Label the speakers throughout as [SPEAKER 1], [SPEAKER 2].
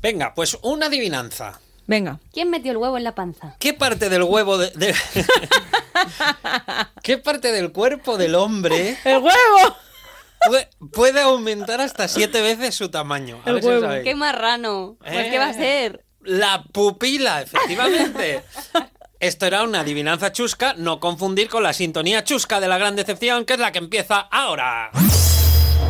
[SPEAKER 1] Venga, pues una adivinanza.
[SPEAKER 2] Venga.
[SPEAKER 3] ¿Quién metió el huevo en la panza?
[SPEAKER 1] ¿Qué parte del huevo de, de- ¿Qué parte del cuerpo del hombre
[SPEAKER 2] ¡El huevo!
[SPEAKER 1] pue- puede aumentar hasta siete veces su tamaño? A
[SPEAKER 2] El
[SPEAKER 1] ver si lo
[SPEAKER 2] huevo.
[SPEAKER 1] sabéis.
[SPEAKER 3] ¡Qué marrano! Pues,
[SPEAKER 1] Eh.
[SPEAKER 3] ¿qué va a ser?
[SPEAKER 1] La pupila, efectivamente. Esto era una adivinanza chusca, no confundir con la sintonía chusca de la gran decepción, que es la que empieza ahora.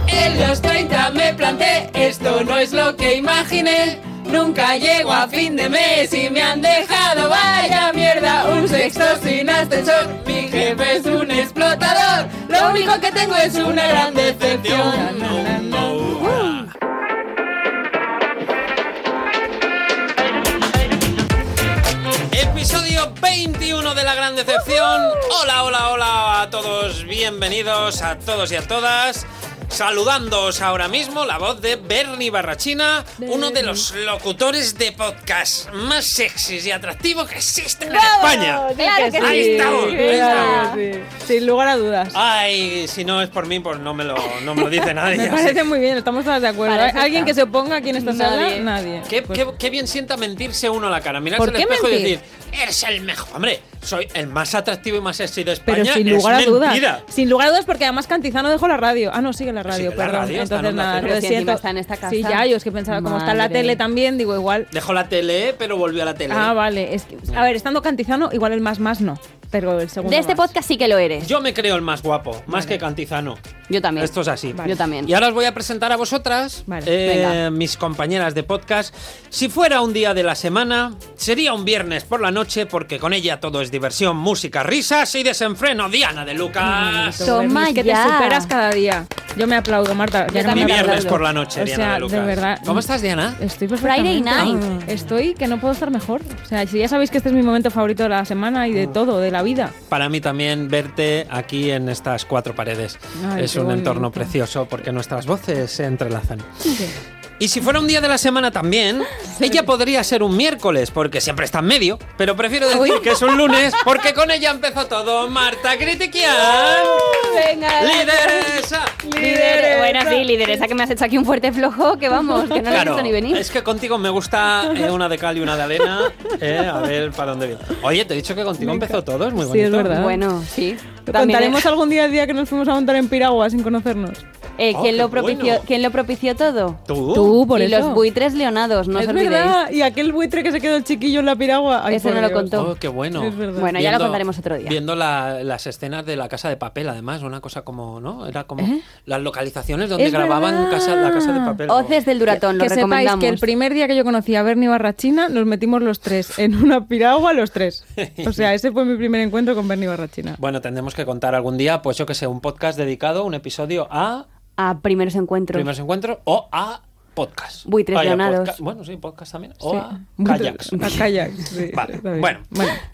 [SPEAKER 4] En los 30 me planté, esto no es lo que imaginé. Nunca llego a fin de mes y me han dejado vaya mierda. Un sexto sin ascensor, mi jefe es un explotador. Lo único que tengo es una gran decepción.
[SPEAKER 1] Episodio 21 de La Gran Decepción. Hola, hola, hola a todos. Bienvenidos a todos y a todas. Saludándoos ahora mismo la voz de Bernie Barrachina, uno de los locutores de podcast más sexys y atractivos que existen en España.
[SPEAKER 3] ¡Claro que
[SPEAKER 1] Ahí
[SPEAKER 3] sí!
[SPEAKER 1] estamos, ahí
[SPEAKER 2] claro
[SPEAKER 1] estamos.
[SPEAKER 2] que sí. Sin lugar a dudas.
[SPEAKER 1] Ay, si no es por mí, pues no me lo, no me lo dice nadie.
[SPEAKER 2] Me
[SPEAKER 1] así
[SPEAKER 2] parece muy bien, estamos todas de acuerdo. ¿eh?
[SPEAKER 3] Para eso
[SPEAKER 2] ¿Alguien
[SPEAKER 3] está.
[SPEAKER 2] que se oponga aquí en esta sala?
[SPEAKER 3] Nadie.
[SPEAKER 2] Nadie.
[SPEAKER 1] Qué,
[SPEAKER 2] Pues-
[SPEAKER 1] qué- qué bien sienta mentirse uno a la cara, mirarse
[SPEAKER 2] ¿Por
[SPEAKER 1] al
[SPEAKER 2] qué
[SPEAKER 1] espejo y
[SPEAKER 2] mentir?
[SPEAKER 1] decir, eres el mejor. Hombre, soy el más atractivo y más sexy de España.
[SPEAKER 2] pero sin
[SPEAKER 1] es
[SPEAKER 2] lugar a
[SPEAKER 1] mentira.
[SPEAKER 2] dudas. Sin lugar a dudas, porque además Cantizano dejó la radio. Ah, no, sigue la radio,
[SPEAKER 1] Sigue la
[SPEAKER 2] perdón.
[SPEAKER 1] radio, está en
[SPEAKER 2] Entonces
[SPEAKER 1] Onda
[SPEAKER 2] nada,
[SPEAKER 1] Cero.
[SPEAKER 2] lo
[SPEAKER 3] Pero si encima
[SPEAKER 2] siento.
[SPEAKER 3] está en esta casa.
[SPEAKER 2] Sí, ya, yo es que pensaba, como está en la
[SPEAKER 3] Madre.
[SPEAKER 2] tele también, digo, igual.
[SPEAKER 1] Dejó la tele, pero volvió a la tele.
[SPEAKER 2] Ah, vale. Es que, a ver, estando Cantizano, igual el más más no. Pero el segundo.
[SPEAKER 3] De este
[SPEAKER 2] más.
[SPEAKER 3] podcast sí que lo eres. Yo,
[SPEAKER 1] Yo me creo el más guapo, más que Cantizano.
[SPEAKER 3] también.
[SPEAKER 1] Esto es así.
[SPEAKER 2] Vale.
[SPEAKER 3] Yo también.
[SPEAKER 1] Y ahora os voy a presentar a vosotras,
[SPEAKER 2] Vale,
[SPEAKER 1] eh,
[SPEAKER 3] venga.
[SPEAKER 1] mis compañeras de podcast. Si fuera un día de la semana, sería un viernes por la noche, porque con ella todo es diversión, música, risas y desenfreno. Diana de Lucas.
[SPEAKER 2] Joder,
[SPEAKER 3] Toma
[SPEAKER 2] es que
[SPEAKER 3] ya.
[SPEAKER 2] te superas cada día. Yo me aplaudo, Marta. Ya
[SPEAKER 3] Yo
[SPEAKER 2] no me
[SPEAKER 1] Mi
[SPEAKER 3] también
[SPEAKER 2] aplaudo.
[SPEAKER 1] viernes
[SPEAKER 3] hablando.
[SPEAKER 1] por la noche,
[SPEAKER 2] O
[SPEAKER 1] Diana
[SPEAKER 2] sea,
[SPEAKER 1] de Lucas.
[SPEAKER 2] de verdad. mm.
[SPEAKER 1] ¿Cómo estás, Diana?
[SPEAKER 2] Estoy
[SPEAKER 3] Friday
[SPEAKER 2] perfectamente.
[SPEAKER 3] night.
[SPEAKER 2] Estoy que no puedo estar mejor. O sea, si ya sabéis que este es mi momento favorito de la semana y de
[SPEAKER 1] Mm.
[SPEAKER 2] todo, de la vida.
[SPEAKER 1] Para mí también verte aquí en estas cuatro paredes
[SPEAKER 2] Ay,
[SPEAKER 1] es
[SPEAKER 2] qué
[SPEAKER 1] un entorno
[SPEAKER 2] bonito.
[SPEAKER 1] precioso porque nuestras voces se entrelazan. Y si fuera un día de la semana también, ella podría ser un miércoles porque siempre está en medio, pero prefiero decir que es un lunes porque con ella empezó todo. Marta Critiquian,
[SPEAKER 3] Venga.
[SPEAKER 1] lideresa.
[SPEAKER 3] Lideresa. Bueno, sí, lideresa, que me has hecho aquí un fuerte flojo, que vamos, que no lo he
[SPEAKER 1] Claro,
[SPEAKER 3] visto ni venir.
[SPEAKER 1] es que contigo me gusta eh, una de cal y una de arena. eh, a ver para dónde viene. Oye, te he dicho que contigo empezó todo, es muy
[SPEAKER 2] Sí,
[SPEAKER 1] bonito.
[SPEAKER 2] es verdad.
[SPEAKER 3] Bueno, sí. También,
[SPEAKER 2] Contaremos algún día el día que nos fuimos a montar en piragua sin conocernos.
[SPEAKER 3] eh,
[SPEAKER 1] Oh,
[SPEAKER 3] ¿quién,
[SPEAKER 1] qué
[SPEAKER 3] lo propició,
[SPEAKER 1] bueno.
[SPEAKER 3] ¿Quién lo propició todo?
[SPEAKER 1] Tú.
[SPEAKER 2] Tú, por
[SPEAKER 3] y
[SPEAKER 2] eso.
[SPEAKER 3] los buitres leonados, no
[SPEAKER 2] es
[SPEAKER 3] os olvidéis.
[SPEAKER 2] verdad. Y aquel buitre que se quedó el chiquillo en la piragua. Ay,
[SPEAKER 3] Ese
[SPEAKER 2] por
[SPEAKER 3] no lo
[SPEAKER 2] Dios.
[SPEAKER 3] contó.
[SPEAKER 1] Oh, qué bueno.
[SPEAKER 2] Es verdad.
[SPEAKER 3] Bueno, ya lo contaremos otro día.
[SPEAKER 1] Viendo la- las escenas de la casa de papel, además, una cosa como, ¿no? Era como
[SPEAKER 3] ¿Eh?
[SPEAKER 1] las localizaciones donde
[SPEAKER 2] Es
[SPEAKER 1] grababan
[SPEAKER 2] verdad.
[SPEAKER 1] casa, la casa de papel.
[SPEAKER 3] Oces del Duratón,
[SPEAKER 2] que
[SPEAKER 3] lo
[SPEAKER 2] sepáis
[SPEAKER 3] recomendamos.
[SPEAKER 2] que el primer día que yo conocí a Bernie Barrachina nos metimos los tres en una piragua los tres. O sea, ese fue mi primer encuentro con Bernie Barrachina.
[SPEAKER 1] Bueno, tendremos que contar algún día, pues yo que sé, un podcast dedicado, un episodio a
[SPEAKER 3] A primeros encuentros.
[SPEAKER 1] primeros encuentros o a podcast.
[SPEAKER 3] Buitres
[SPEAKER 1] Ay, a
[SPEAKER 3] leonados.
[SPEAKER 1] podcast- Bueno, sí, podcast también. O
[SPEAKER 2] Sí.
[SPEAKER 1] a
[SPEAKER 2] Muy-
[SPEAKER 1] Ah, kayaks.
[SPEAKER 2] A Ah, kayaks, sí,
[SPEAKER 1] Vale,
[SPEAKER 2] está bien.
[SPEAKER 1] bueno.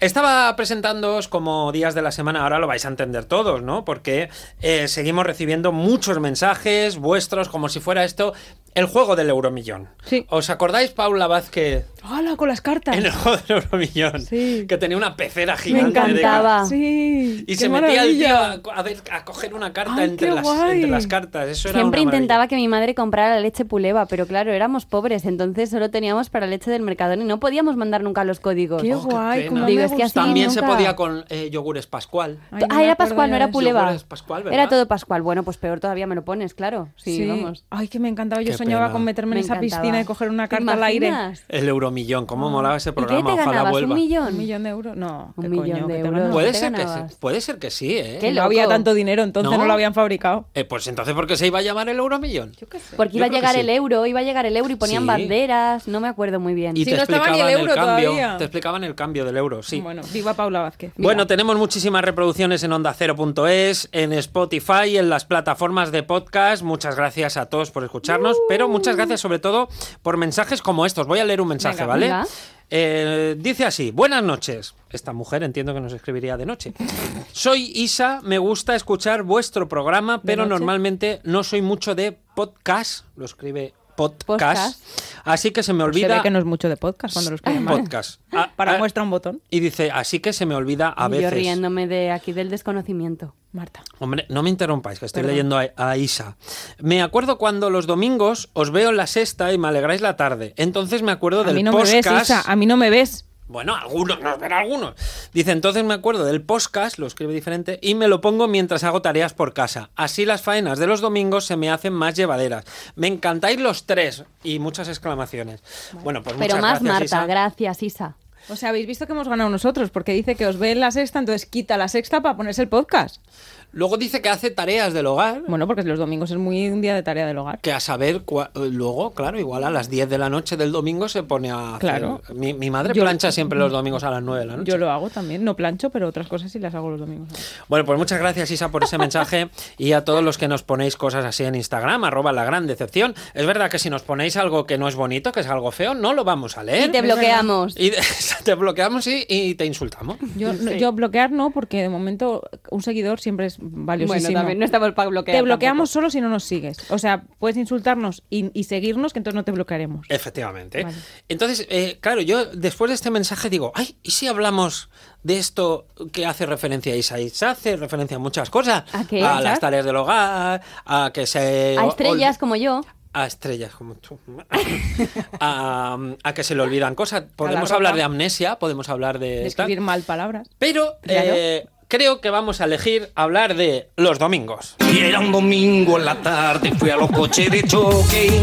[SPEAKER 1] Estaba presentándoos como días de la semana, ahora lo vais a entender todos, ¿no? Porque eh, seguimos recibiendo muchos mensajes vuestros, como si fuera esto el juego del euromillón.
[SPEAKER 2] Sí.
[SPEAKER 1] ¿Os acordáis, Paula Vázquez,
[SPEAKER 2] ¡Hola, con las cartas!
[SPEAKER 1] en el juego del euromillón?
[SPEAKER 2] Sí.
[SPEAKER 1] Que tenía una pecera
[SPEAKER 2] Me
[SPEAKER 1] gigante. de
[SPEAKER 3] encantaba.
[SPEAKER 1] ca-
[SPEAKER 2] encantaba. Sí.
[SPEAKER 1] y
[SPEAKER 2] qué
[SPEAKER 1] se metía el tío
[SPEAKER 2] maravilla.
[SPEAKER 1] a, co- a ver- a coger una carta
[SPEAKER 2] Ay,
[SPEAKER 1] entre
[SPEAKER 2] qué
[SPEAKER 1] las,
[SPEAKER 2] guay.
[SPEAKER 1] entre las cartas. Eso era
[SPEAKER 3] Siempre
[SPEAKER 1] una maravilla.
[SPEAKER 3] intentaba que mi madre comprara leche puleva, pero claro, éramos pobres, entonces solo teníamos para leche del Mercadona y no podíamos mandar nunca los códigos.
[SPEAKER 2] Qué
[SPEAKER 1] Oh, qué
[SPEAKER 2] guay,
[SPEAKER 1] pena.
[SPEAKER 2] como
[SPEAKER 3] Digo,
[SPEAKER 2] me
[SPEAKER 3] es que así
[SPEAKER 2] gustaba.
[SPEAKER 1] También se
[SPEAKER 3] nunca-
[SPEAKER 1] podía con eh, yogures pascual.
[SPEAKER 2] Ay,
[SPEAKER 3] To-
[SPEAKER 2] no
[SPEAKER 3] ah,
[SPEAKER 2] me
[SPEAKER 3] era
[SPEAKER 2] acuerdo
[SPEAKER 3] Pascual, no
[SPEAKER 2] ya
[SPEAKER 3] era
[SPEAKER 2] de-
[SPEAKER 3] Puleva.
[SPEAKER 1] Yogur es Pascual, ¿verdad?
[SPEAKER 3] era todo Pascual. Bueno, pues peor todavía me lo pones, claro. Sí, vamos.
[SPEAKER 2] Ay, que me encantaba. Yo
[SPEAKER 1] Qué
[SPEAKER 2] soñaba
[SPEAKER 1] pena.
[SPEAKER 2] con meterme
[SPEAKER 3] Me
[SPEAKER 2] en esa
[SPEAKER 3] encantaba.
[SPEAKER 2] piscina y coger una
[SPEAKER 3] ¿Te
[SPEAKER 2] carta al aire.
[SPEAKER 3] imaginas?
[SPEAKER 1] El euromillón, cómo molaba ese
[SPEAKER 3] ¿Y qué
[SPEAKER 1] programa.
[SPEAKER 3] te
[SPEAKER 1] Ojalá
[SPEAKER 3] ganabas?
[SPEAKER 1] vuelva.
[SPEAKER 3] ¿Un
[SPEAKER 2] ¿Un
[SPEAKER 3] millón?
[SPEAKER 2] millón de euros? No,
[SPEAKER 3] Un
[SPEAKER 2] qué
[SPEAKER 3] millón
[SPEAKER 2] coño, que
[SPEAKER 3] de
[SPEAKER 2] te
[SPEAKER 3] euros.
[SPEAKER 2] ganas.
[SPEAKER 3] Bueno,
[SPEAKER 1] Puede
[SPEAKER 3] te
[SPEAKER 1] ser, que
[SPEAKER 3] ganabas.
[SPEAKER 1] sí, puede ser que sí, ¿eh?
[SPEAKER 3] Qué
[SPEAKER 2] No había
[SPEAKER 3] loco.
[SPEAKER 2] tanto dinero, entonces no,
[SPEAKER 1] No.
[SPEAKER 2] lo habían fabricado.
[SPEAKER 1] Eh, Pues entonces, ¿por qué se iba a llamar el euromillón?
[SPEAKER 3] Porque iba a
[SPEAKER 1] creo que
[SPEAKER 3] llegar
[SPEAKER 1] sí.
[SPEAKER 3] el euro, iba a llegar el euro y ponían
[SPEAKER 1] Sí.
[SPEAKER 3] banderas, no me acuerdo muy bien.
[SPEAKER 1] Y
[SPEAKER 2] Sí,
[SPEAKER 1] te
[SPEAKER 2] no estaba
[SPEAKER 1] explicaban
[SPEAKER 2] ni el
[SPEAKER 1] el,
[SPEAKER 2] euro
[SPEAKER 1] cambio.
[SPEAKER 2] todavía.
[SPEAKER 1] Te explicaban el cambio del euro, sí. Bueno.
[SPEAKER 2] Bueno, viva Paula Vázquez.
[SPEAKER 1] tenemos muchísimas reproducciones en OndaCero.es, en Spotify, en las plataformas de podcast. Muchas gracias a todos por escucharnos, pero muchas gracias sobre todo por mensajes como estos. Voy a leer un mensaje,
[SPEAKER 2] Uh. Venga,
[SPEAKER 1] ¿vale?
[SPEAKER 3] venga.
[SPEAKER 1] Eh, dice así, buenas noches. Esta mujer entiendo que nos escribiría de noche. Soy Isa, me gusta escuchar vuestro programa, pero
[SPEAKER 2] noche?
[SPEAKER 1] normalmente no soy mucho de podcast. Lo escribe podcast.
[SPEAKER 3] Podcast.
[SPEAKER 1] Así que se me olvida.
[SPEAKER 2] Pues Se ve que no es mucho de podcast cuando los quieren mal.
[SPEAKER 1] Podcast. Ah,
[SPEAKER 2] Para
[SPEAKER 1] ah,
[SPEAKER 2] muestra un botón.
[SPEAKER 1] Y dice, así que se me olvida a
[SPEAKER 3] Yo
[SPEAKER 1] veces.
[SPEAKER 3] riéndome de aquí del desconocimiento.
[SPEAKER 2] Marta.
[SPEAKER 1] Hombre, no me interrumpáis, que estoy leyendo a, a Isa. Me acuerdo cuando los domingos os veo en la sexta y me alegráis la tarde. Entonces me acuerdo
[SPEAKER 2] A
[SPEAKER 1] del
[SPEAKER 2] mí no me
[SPEAKER 1] podcast.
[SPEAKER 2] ves, Isa. A mí no me ves.
[SPEAKER 1] Bueno, algunos, nos verá algunos. Dice, entonces me acuerdo del podcast, lo escribe diferente, y me lo pongo mientras hago tareas por casa. Así las faenas de los domingos se me hacen más llevaderas. Me encantáis los tres. Y muchas exclamaciones. Bueno, pues
[SPEAKER 3] Pero
[SPEAKER 1] muchas
[SPEAKER 3] más
[SPEAKER 1] gracias,
[SPEAKER 3] Marta,
[SPEAKER 1] Isa.
[SPEAKER 3] gracias Isa.
[SPEAKER 2] O sea, habéis visto que hemos ganado nosotros, porque dice que os ve en la sexta, entonces quita la sexta para ponerse el podcast.
[SPEAKER 1] Luego dice que hace tareas del hogar.
[SPEAKER 2] Bueno, porque los domingos es muy un día de tarea del hogar.
[SPEAKER 1] Que a saber, cua- eh, luego, claro, igual a las 10 de la noche del domingo se pone a... hacer-
[SPEAKER 2] Claro.
[SPEAKER 1] Mi, mi madre
[SPEAKER 2] Yo- Mm.
[SPEAKER 1] plancha siempre los domingos a las 9 de la noche.
[SPEAKER 2] Yo lo hago también, no plancho, pero otras cosas sí las hago los domingos.
[SPEAKER 1] Bueno, pues muchas gracias Isa por ese mensaje y a todos los que nos ponéis cosas así en Instagram, arroba la gran decepción. Es verdad que si nos ponéis algo que no es bonito, que es algo feo, no lo vamos a leer.
[SPEAKER 3] Y te bloqueamos.
[SPEAKER 1] Y te bloqueamos y, y te insultamos.
[SPEAKER 2] Yo, no- yo bloquear no, porque de momento un seguidor siempre es valiosísimo.
[SPEAKER 3] Bueno, también no estamos para bloquear.
[SPEAKER 2] te bloqueamos
[SPEAKER 3] tampoco.
[SPEAKER 2] solo si no nos sigues. O sea, puedes insultarnos y, y seguirnos, que entonces no te bloquearemos.
[SPEAKER 1] Efectivamente.
[SPEAKER 2] Vale.
[SPEAKER 1] Entonces, eh, claro, yo después de este mensaje digo, ay, ¿y si hablamos de esto que hace referencia a Isa? Y se hace referencia a muchas cosas.
[SPEAKER 3] ¿A qué?
[SPEAKER 1] A las
[SPEAKER 3] ¿Sabes?
[SPEAKER 1] tareas del hogar, a que se...
[SPEAKER 3] A
[SPEAKER 1] ol-
[SPEAKER 3] estrellas como yo.
[SPEAKER 1] a estrellas como tú. a, a que se le olvidan cosas. Podemos
[SPEAKER 2] ropa.
[SPEAKER 1] hablar de amnesia, podemos hablar de...
[SPEAKER 2] De
[SPEAKER 1] tal.
[SPEAKER 2] escribir mal palabras.
[SPEAKER 1] Pero
[SPEAKER 2] Claro.
[SPEAKER 1] eh, creo que vamos a elegir hablar de los domingos.
[SPEAKER 5] Y era un domingo en la tarde, fui a los coches de choque.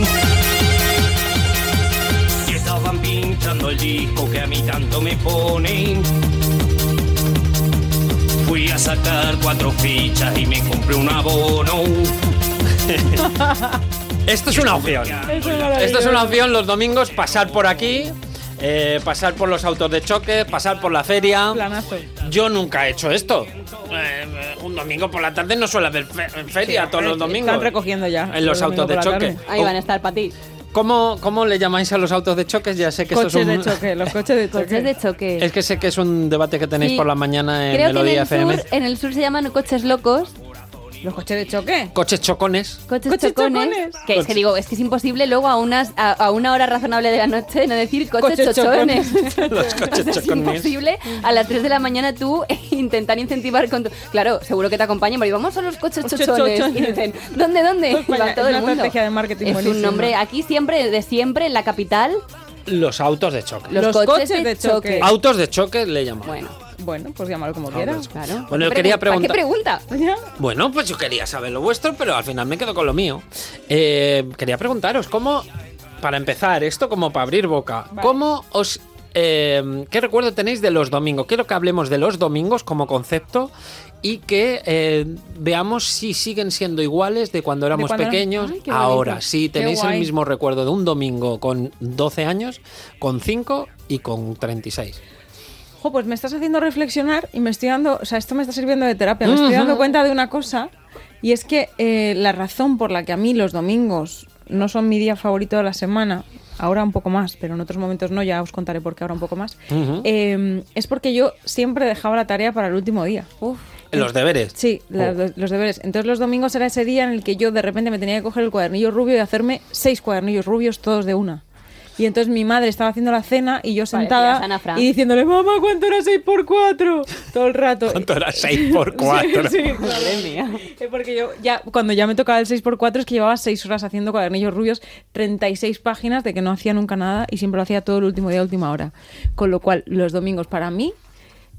[SPEAKER 5] Y estaban pinchando el disco que a mí tanto me ponen. Fui a sacar cuatro fichas y me compré un abono.
[SPEAKER 1] Esto es una opción. Esto es una opción los domingos, pasar por aquí, eh, pasar por los autos de choque, pasar por la feria.
[SPEAKER 2] Planazo.
[SPEAKER 1] Yo nunca he hecho esto. Eh, un domingo por la tarde no suele haber fe- feria todos los domingos.
[SPEAKER 2] Están recogiendo ya.
[SPEAKER 1] En los autos de
[SPEAKER 2] domingos por la
[SPEAKER 1] choque.
[SPEAKER 2] tarde.
[SPEAKER 3] Ahí
[SPEAKER 1] Oh.
[SPEAKER 3] van a estar para ti.
[SPEAKER 1] ¿Cómo, ¿Cómo le llamáis a los autos de choque? Ya sé que esto
[SPEAKER 2] Coches
[SPEAKER 1] es
[SPEAKER 2] de
[SPEAKER 1] un...
[SPEAKER 2] choque, los coches de choque.
[SPEAKER 3] Coches de choque.
[SPEAKER 1] Es que sé que es un debate que tenéis
[SPEAKER 3] Sí.
[SPEAKER 1] por la mañana en
[SPEAKER 3] Creo que en
[SPEAKER 1] Melodía
[SPEAKER 3] el,
[SPEAKER 1] FM.
[SPEAKER 3] Sur, en el sur se llaman coches locos,
[SPEAKER 2] ¿Los coches de choque?
[SPEAKER 1] Coches chocones.
[SPEAKER 3] coches,
[SPEAKER 2] Coches
[SPEAKER 3] chocones.
[SPEAKER 2] chocones.
[SPEAKER 3] Que es que digo, es que es imposible luego a, unas, a, a una hora razonable de la noche no decir coches,
[SPEAKER 2] Coches
[SPEAKER 3] chocones.
[SPEAKER 1] Los coches
[SPEAKER 3] O sea, es
[SPEAKER 1] chocones.
[SPEAKER 3] imposible a las 3 de la mañana tú intentar incentivar con tu... Claro, seguro que te acompañan, pero vamos a los coches
[SPEAKER 2] Coches
[SPEAKER 3] chochones.
[SPEAKER 2] chochones.
[SPEAKER 3] Y dicen, ¿dónde, dónde?
[SPEAKER 2] Pues
[SPEAKER 3] Y va
[SPEAKER 2] vaya,
[SPEAKER 3] todo
[SPEAKER 2] es una
[SPEAKER 3] el mundo.
[SPEAKER 2] estrategia de marketing
[SPEAKER 3] Es un
[SPEAKER 2] buenísima.
[SPEAKER 3] nombre aquí siempre, de siempre, en la capital,
[SPEAKER 1] Los autos de choque.
[SPEAKER 3] los,
[SPEAKER 2] Los coches
[SPEAKER 3] coches, de
[SPEAKER 2] de choque.
[SPEAKER 3] choque.
[SPEAKER 2] Au-
[SPEAKER 1] Autos de choque le llamamos.
[SPEAKER 3] Bueno,
[SPEAKER 2] Bueno, pues llámalo como
[SPEAKER 1] Autos
[SPEAKER 2] quieras.
[SPEAKER 1] de choque.
[SPEAKER 3] claro.
[SPEAKER 1] Bueno, yo
[SPEAKER 3] Pregun-
[SPEAKER 1] quería
[SPEAKER 3] ¿para
[SPEAKER 1] preguntar-
[SPEAKER 3] qué pregunta?
[SPEAKER 1] Bueno, pues yo quería saber lo vuestro, pero al final me quedo con lo mío. Eh, quería preguntaros, ¿cómo, para empezar esto, como para abrir boca, ¿cómo os... eh, ¿Qué recuerdo tenéis de los domingos? Quiero que hablemos de los domingos como concepto y que eh, veamos si siguen siendo iguales de cuando éramos
[SPEAKER 2] cuando era-
[SPEAKER 1] pequeños.
[SPEAKER 2] Ay, qué bonito.
[SPEAKER 1] Ahora, si
[SPEAKER 2] Qué
[SPEAKER 1] tenéis el
[SPEAKER 2] guay.
[SPEAKER 1] mismo recuerdo de un domingo con 12 años, con 5 y con 36.
[SPEAKER 2] Jo, pues me estás haciendo reflexionar y me estoy dando, o sea, esto me está sirviendo de terapia, me estoy dando cuenta de una cosa y es que eh, la razón por la que a mí los domingos no son mi día favorito de la semana, ahora un poco más, pero en otros momentos no, ya os contaré por qué ahora un poco más, eh, es porque yo siempre dejaba la tarea para el último día.
[SPEAKER 1] Los deberes.
[SPEAKER 2] Mm.
[SPEAKER 1] Oh.
[SPEAKER 2] Sí, la- los- los deberes. Entonces los domingos era ese día en el que yo de repente me tenía que coger el cuadernillo rubio y hacerme seis cuadernillos rubios todos de una. Y entonces mi madre estaba haciendo la cena y yo sentada
[SPEAKER 3] Ana Frank.
[SPEAKER 2] y diciéndole, mamá, ¿cuánto era 6 por 4 Todo el rato.
[SPEAKER 1] ¿Cuánto era 6 por 4?
[SPEAKER 2] Sí, sí. Eh, Porque yo ya, cuando ya me tocaba el 6x4 es que llevaba 6 horas haciendo cuadernillos rubios, 36 páginas de que no hacía nunca nada y siempre lo hacía todo el último día, última hora. Con lo cual, los domingos para mí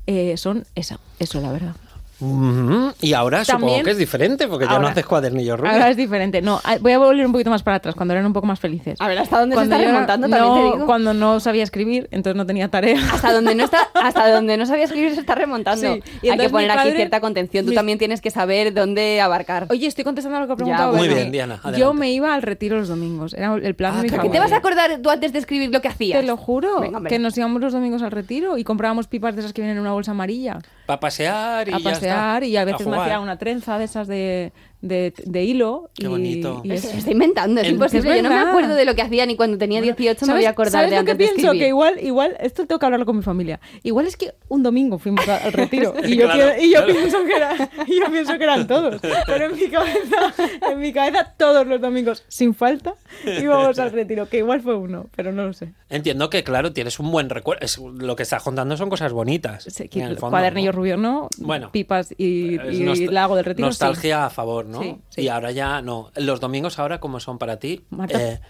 [SPEAKER 2] eh, son esa, eso la verdad.
[SPEAKER 1] Ujú, Y ahora supongo
[SPEAKER 2] También-
[SPEAKER 1] que es diferente, porque ya no
[SPEAKER 2] Ahora.
[SPEAKER 1] haces cuadernillos rubios.
[SPEAKER 2] Ahora es diferente. No, a- voy a volver un poquito más para atrás, cuando eran un poco más felices.
[SPEAKER 3] A ver, ¿hasta dónde se está
[SPEAKER 2] yo era-
[SPEAKER 3] remontando?
[SPEAKER 2] no,
[SPEAKER 3] También te digo.
[SPEAKER 2] Cuando no sabía escribir, entonces no tenía tarea.
[SPEAKER 3] Hasta donde no está, hasta donde no sabía escribir se está remontando.
[SPEAKER 2] Sí, y
[SPEAKER 3] Hay
[SPEAKER 2] entonces
[SPEAKER 3] que
[SPEAKER 2] mi
[SPEAKER 3] poner aquí
[SPEAKER 2] padre-
[SPEAKER 3] cierta contención. Tú
[SPEAKER 2] mi-
[SPEAKER 3] también tienes que saber dónde abarcar.
[SPEAKER 2] Oye, estoy contestando a lo que ha preguntado.
[SPEAKER 3] Muy
[SPEAKER 2] Bernie.
[SPEAKER 1] bien, Diana,
[SPEAKER 2] Yo
[SPEAKER 1] adelante.
[SPEAKER 2] me iba al retiro los domingos. Era el plan
[SPEAKER 1] Ah,
[SPEAKER 2] de mi
[SPEAKER 1] qué
[SPEAKER 3] ¿Qué
[SPEAKER 2] familia.
[SPEAKER 3] te vas a acordar tú antes de escribir lo que hacías?
[SPEAKER 2] Te lo juro,
[SPEAKER 3] Venga, hombre.
[SPEAKER 2] que nos íbamos los domingos al retiro y comprábamos pipas de esas que vienen en una bolsa amarilla
[SPEAKER 1] Para pasear y
[SPEAKER 2] a
[SPEAKER 1] ya está.
[SPEAKER 2] pasear y a veces me
[SPEAKER 1] jugar.
[SPEAKER 2] hacía una trenza de esas de de, de hilo.
[SPEAKER 1] Qué
[SPEAKER 2] y-
[SPEAKER 1] bonito.
[SPEAKER 2] y
[SPEAKER 3] Se
[SPEAKER 2] es-
[SPEAKER 3] lo está inventando, es
[SPEAKER 1] El-
[SPEAKER 3] imposible.
[SPEAKER 2] Es
[SPEAKER 3] Yo no me
[SPEAKER 2] verdad.
[SPEAKER 3] acuerdo de lo que hacía ni cuando tenía 18, me voy a acordar
[SPEAKER 2] ¿sabes
[SPEAKER 3] de
[SPEAKER 2] lo que
[SPEAKER 3] antes de
[SPEAKER 2] pienso?
[SPEAKER 3] escribir.
[SPEAKER 2] Que igual, igual, esto tengo que hablarlo con mi familia. Igual es que un domingo fuimos a- al retiro y yo,
[SPEAKER 1] Claro,
[SPEAKER 2] quiero- y yo
[SPEAKER 1] claro.
[SPEAKER 2] pienso que era, y yo pienso que eran todos. Pero en mi cabeza, en mi cabeza todos los domingos, sin falta, íbamos al retiro, que igual fue uno, pero no lo sé.
[SPEAKER 1] Entiendo que, claro, tienes un buen recuerdo. Es- lo que estás contando son cosas bonitas.
[SPEAKER 2] Sí,
[SPEAKER 1] en el fondo,
[SPEAKER 2] cuadernillo
[SPEAKER 1] ¿no?
[SPEAKER 2] rubio no, eh,
[SPEAKER 1] Bueno.
[SPEAKER 2] pipas y,
[SPEAKER 1] Es
[SPEAKER 2] y
[SPEAKER 1] nost-
[SPEAKER 2] lago del retiro. sí.
[SPEAKER 1] Nostalgia a favor, ¿no?
[SPEAKER 2] Sí, sí.
[SPEAKER 1] Y ahora ya no. Los domingos ahora, ¿cómo son para ti?
[SPEAKER 2] Marta.
[SPEAKER 1] Eh,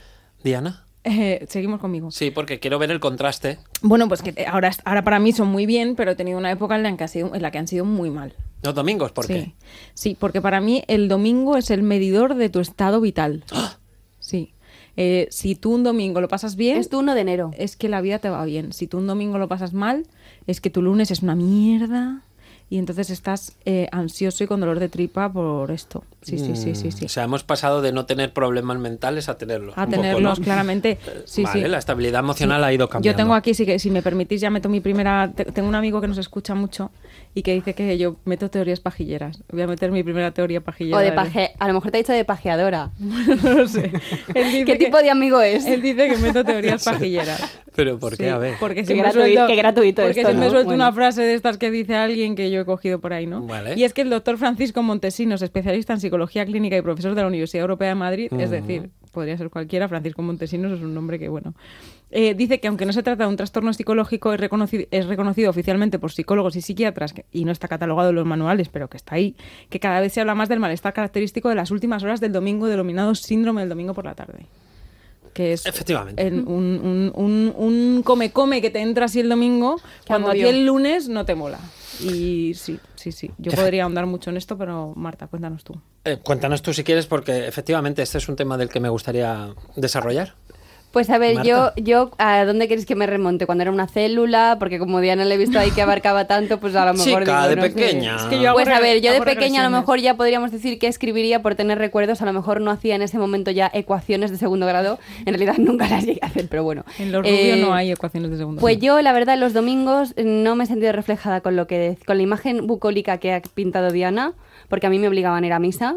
[SPEAKER 1] Diana.
[SPEAKER 2] Eh, seguimos conmigo.
[SPEAKER 1] Sí, porque quiero ver el contraste.
[SPEAKER 2] Bueno, pues que te- ahora, ahora para mí son muy bien, pero he tenido una época en la que, ha sido, en la que han sido muy mal.
[SPEAKER 1] Los domingos, ¿por
[SPEAKER 2] sí.
[SPEAKER 1] qué?
[SPEAKER 2] Sí, porque para mí el domingo es el medidor de tu estado vital.
[SPEAKER 1] ¡Ah!
[SPEAKER 2] Sí. Eh, si tú un domingo lo pasas bien,
[SPEAKER 3] Es tu 1 de enero.
[SPEAKER 2] es que la vida te va bien. Si tú un domingo lo pasas mal, es que tu lunes es una mierda y entonces estás eh, ansioso y con dolor de tripa por esto. Sí, sí, sí, sí, sí.
[SPEAKER 1] Mm, O sea, hemos pasado de no tener problemas mentales a tenerlos.
[SPEAKER 2] A
[SPEAKER 1] un poco,
[SPEAKER 2] tenerlos
[SPEAKER 1] ¿no? Eh,
[SPEAKER 2] claramente. Sí,
[SPEAKER 1] vale,
[SPEAKER 2] sí.
[SPEAKER 1] la estabilidad emocional ha ido cambiando.
[SPEAKER 2] Yo tengo aquí, si, que- si me permitís, ya meto mi primera. te- Tengo un amigo que nos escucha mucho y que dice que yo meto teorías pajilleras. Voy a meter mi primera teoría pajillera.
[SPEAKER 3] O de
[SPEAKER 2] del-
[SPEAKER 3] paje... A lo mejor te ha dicho de pajeadora.
[SPEAKER 2] no lo sé. Él dice
[SPEAKER 3] ¿Qué
[SPEAKER 2] que-
[SPEAKER 3] tipo de amigo es?
[SPEAKER 2] Él dice que meto teorías pajilleras.
[SPEAKER 1] Pero ¿por qué?
[SPEAKER 2] Sí,
[SPEAKER 1] a ver.
[SPEAKER 2] Porque
[SPEAKER 3] Qué
[SPEAKER 2] si me
[SPEAKER 3] gratuito-
[SPEAKER 2] suelto,
[SPEAKER 3] qué gratuito
[SPEAKER 2] Porque
[SPEAKER 3] esto,
[SPEAKER 2] si me
[SPEAKER 3] ¿no?
[SPEAKER 2] suelto
[SPEAKER 3] Bueno.
[SPEAKER 2] una frase de estas que dice alguien que yo he cogido por ahí, ¿no?
[SPEAKER 1] Vale.
[SPEAKER 2] Y es que el doctor Francisco Montesinos, especialista en psicología clínica y profesor de la Universidad Europea de Madrid, es decir, podría ser cualquiera, Francisco Montesinos es un nombre que, bueno, eh, dice que aunque no se trata de un trastorno psicológico, es reconocido, es reconocido oficialmente por psicólogos y psiquiatras, que- y no está catalogado en los manuales, pero que está ahí, que cada vez se habla más del malestar característico de las últimas horas del domingo, denominado síndrome del domingo por la tarde que es
[SPEAKER 1] Efectivamente.
[SPEAKER 2] en un, un- un- un come-come que te entra así el domingo, cuando a ti
[SPEAKER 3] agobio.
[SPEAKER 2] el lunes no te mola. Y sí, sí, sí. Yo podría ahondar mucho en esto, pero Marta, cuéntanos tú.
[SPEAKER 1] Eh, cuéntanos tú si quieres, porque efectivamente este es un tema del que me gustaría desarrollar.
[SPEAKER 3] Pues a ver,
[SPEAKER 1] Marta.
[SPEAKER 3] yo, yo, ¿a dónde queréis que me remonte? ¿Cuando era una célula? Porque como Diana le he visto ahí que abarcaba tanto, pues a lo mejor.
[SPEAKER 1] Chica,
[SPEAKER 3] digo,
[SPEAKER 1] de
[SPEAKER 3] no sé.
[SPEAKER 1] pequeña.
[SPEAKER 2] Es que yo hago
[SPEAKER 3] Pues a
[SPEAKER 2] re-
[SPEAKER 3] ver, yo de
[SPEAKER 2] hago
[SPEAKER 3] pequeña
[SPEAKER 2] regresiones.
[SPEAKER 3] a lo mejor ya podríamos decir que escribiría por tener recuerdos, a lo mejor no hacía en ese momento ya ecuaciones de segundo grado, en realidad nunca las llegué a hacer, pero bueno.
[SPEAKER 2] En los rubios
[SPEAKER 3] Eh,
[SPEAKER 2] no hay ecuaciones de segundo.
[SPEAKER 3] Pues
[SPEAKER 2] grado.
[SPEAKER 3] yo, la verdad, los domingos no me he sentido reflejada con lo que con la imagen bucólica que ha pintado Diana, porque a mí me obligaban a ir a misa.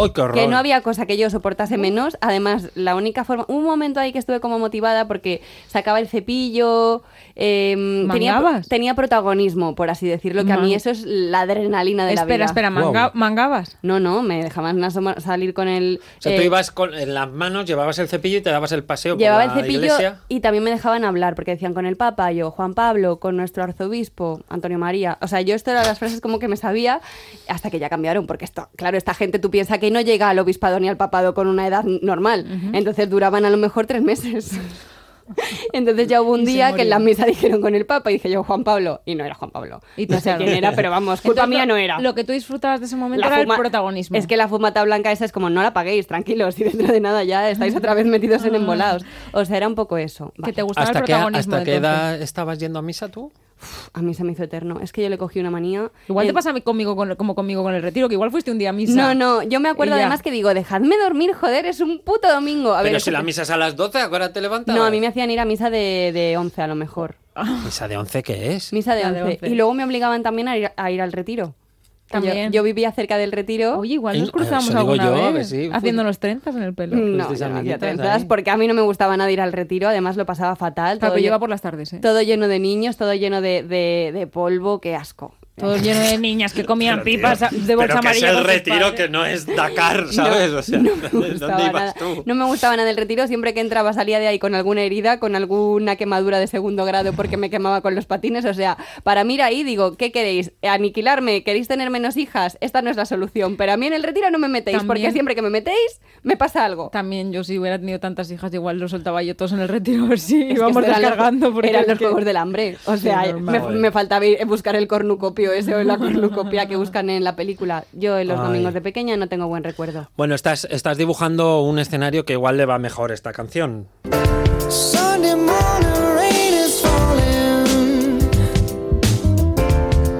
[SPEAKER 1] ¡Ay, qué horror!
[SPEAKER 3] Que no había cosa que yo soportase menos. Además, la única forma. Un momento ahí que estuve como motivada porque sacaba el cepillo. em, tenía,
[SPEAKER 2] ¿Mangabas?
[SPEAKER 3] tenía protagonismo, por así decirlo, que a mí
[SPEAKER 2] Man-
[SPEAKER 3] eso es la adrenalina de la vida.
[SPEAKER 2] espera, espera, manga-
[SPEAKER 1] Wow.
[SPEAKER 2] mangabas.
[SPEAKER 3] No, no, me dejaban asomar- salir con el.
[SPEAKER 1] O sea, tú
[SPEAKER 3] eh,
[SPEAKER 1] ibas con, en las manos, llevabas el cepillo y te dabas el paseo
[SPEAKER 3] Llevaba el
[SPEAKER 1] por la
[SPEAKER 3] cepillo
[SPEAKER 1] iglesia.
[SPEAKER 3] y también me dejaban hablar porque decían con el Papa, yo Juan Pablo, con nuestro arzobispo Antonio María. O sea, yo esto eran las frases como que me sabía hasta que ya cambiaron porque esto, claro, esta gente tú piensas que no llega al obispado ni al papado con una edad normal, entonces duraban a lo mejor tres meses. Entonces ya hubo un
[SPEAKER 2] Y se
[SPEAKER 3] día que en la
[SPEAKER 2] morían.
[SPEAKER 3] misa dijeron con el Papa y dije yo Juan Pablo y no era Juan Pablo.
[SPEAKER 2] Y te
[SPEAKER 3] no sé
[SPEAKER 2] echaron.
[SPEAKER 3] quién era, pero vamos, culpa
[SPEAKER 2] Entonces,
[SPEAKER 3] mía
[SPEAKER 2] lo-
[SPEAKER 3] no era.
[SPEAKER 2] Lo que tú disfrutabas de ese momento
[SPEAKER 3] La
[SPEAKER 2] era
[SPEAKER 3] fuma-
[SPEAKER 2] el protagonismo.
[SPEAKER 3] Es que la fumata blanca esa es como, no la paguéis, tranquilos, y dentro de nada ya estáis otra vez metidos en embolados. O sea, era un poco eso.
[SPEAKER 2] Ah. que
[SPEAKER 3] Vale.
[SPEAKER 2] te gustaba
[SPEAKER 1] ¿Hasta
[SPEAKER 2] el
[SPEAKER 1] qué,
[SPEAKER 2] protagonismo.
[SPEAKER 1] ¿Hasta qué
[SPEAKER 2] entonces.
[SPEAKER 1] edad estabas yendo a misa tú?
[SPEAKER 3] A mí se me hizo eterno. Es que yo le cogí una manía.
[SPEAKER 2] Igual te
[SPEAKER 3] Eh,
[SPEAKER 2] pasa conmigo con- como conmigo con el retiro, que igual fuiste un día a misa.
[SPEAKER 3] No, no, yo me acuerdo
[SPEAKER 2] Y ya.
[SPEAKER 3] además que digo, dejadme dormir, joder, es un puto domingo. A
[SPEAKER 1] Pero
[SPEAKER 3] ver,
[SPEAKER 1] si
[SPEAKER 3] es-
[SPEAKER 1] la misa es a las 12, ahora te levantas.
[SPEAKER 3] No, a mí me hacían ir a misa de, de 11 a lo mejor.
[SPEAKER 1] ¿Misa de 11 qué es?
[SPEAKER 3] Misa de
[SPEAKER 2] La de
[SPEAKER 3] 11.
[SPEAKER 2] 11.
[SPEAKER 3] Y luego me obligaban también a ir, a ir al retiro. Que yo-
[SPEAKER 2] También.
[SPEAKER 3] Yo, vivía cerca del retiro.
[SPEAKER 2] Oye, igual
[SPEAKER 1] Eh,
[SPEAKER 2] nos cruzamos
[SPEAKER 1] eso digo
[SPEAKER 2] alguna
[SPEAKER 1] yo, a ver
[SPEAKER 2] vez
[SPEAKER 1] si-
[SPEAKER 2] haciéndonos trenzas en el pelo.
[SPEAKER 3] no,
[SPEAKER 1] Fuisteis
[SPEAKER 3] yo no hacía
[SPEAKER 1] amiguitas
[SPEAKER 3] trenzas,
[SPEAKER 1] ahí.
[SPEAKER 3] porque a mí no me gustaba nada ir al retiro, además lo pasaba fatal.
[SPEAKER 2] Paco
[SPEAKER 3] todo
[SPEAKER 2] lleva
[SPEAKER 3] lle-
[SPEAKER 2] por las tardes, ¿eh?
[SPEAKER 3] Todo lleno de niños, todo lleno de, de- de polvo, qué asco.
[SPEAKER 2] Todo lleno de niñas que comían
[SPEAKER 1] Pero, tío,
[SPEAKER 2] pipas a- de
[SPEAKER 1] pero
[SPEAKER 2] bolsa
[SPEAKER 1] que
[SPEAKER 2] amarilla.
[SPEAKER 1] es el
[SPEAKER 2] con sus
[SPEAKER 1] retiro
[SPEAKER 2] padres.
[SPEAKER 1] que no es Dakar, ¿sabes? o sea,
[SPEAKER 3] No me
[SPEAKER 1] ¿dónde
[SPEAKER 3] gustaba
[SPEAKER 1] ibas
[SPEAKER 3] nada.
[SPEAKER 1] tú?
[SPEAKER 3] No me gustaba nada el retiro. Siempre que entraba salía de ahí con alguna herida, con alguna quemadura de segundo grado porque me quemaba con los patines. O sea, para mí ir ahí digo, ¿qué queréis? ¿Aniquilarme? ¿Queréis tener menos hijas? Esta no es la solución. Pero a mí en el retiro no me metéis porque
[SPEAKER 2] También-
[SPEAKER 3] siempre que me metéis me pasa algo.
[SPEAKER 2] También yo si hubiera tenido tantas hijas igual lo soltaba yo todos en el retiro a ver si
[SPEAKER 3] Es que
[SPEAKER 2] íbamos
[SPEAKER 3] esto eran los-
[SPEAKER 2] descargando. porque
[SPEAKER 3] eran
[SPEAKER 2] es
[SPEAKER 3] los
[SPEAKER 2] que-
[SPEAKER 3] juegos del hambre. O
[SPEAKER 2] Sí,
[SPEAKER 3] sea, me,
[SPEAKER 2] normal.
[SPEAKER 3] me faltaba ir- buscar el cornucopio ese o la cornucopia que buscan en la película. Yo en los
[SPEAKER 1] Ay.
[SPEAKER 3] domingos de pequeña no tengo buen recuerdo.
[SPEAKER 1] Bueno, estás, estás dibujando un escenario que igual le va mejor a esta canción.
[SPEAKER 6] Sunday morning rain is falling.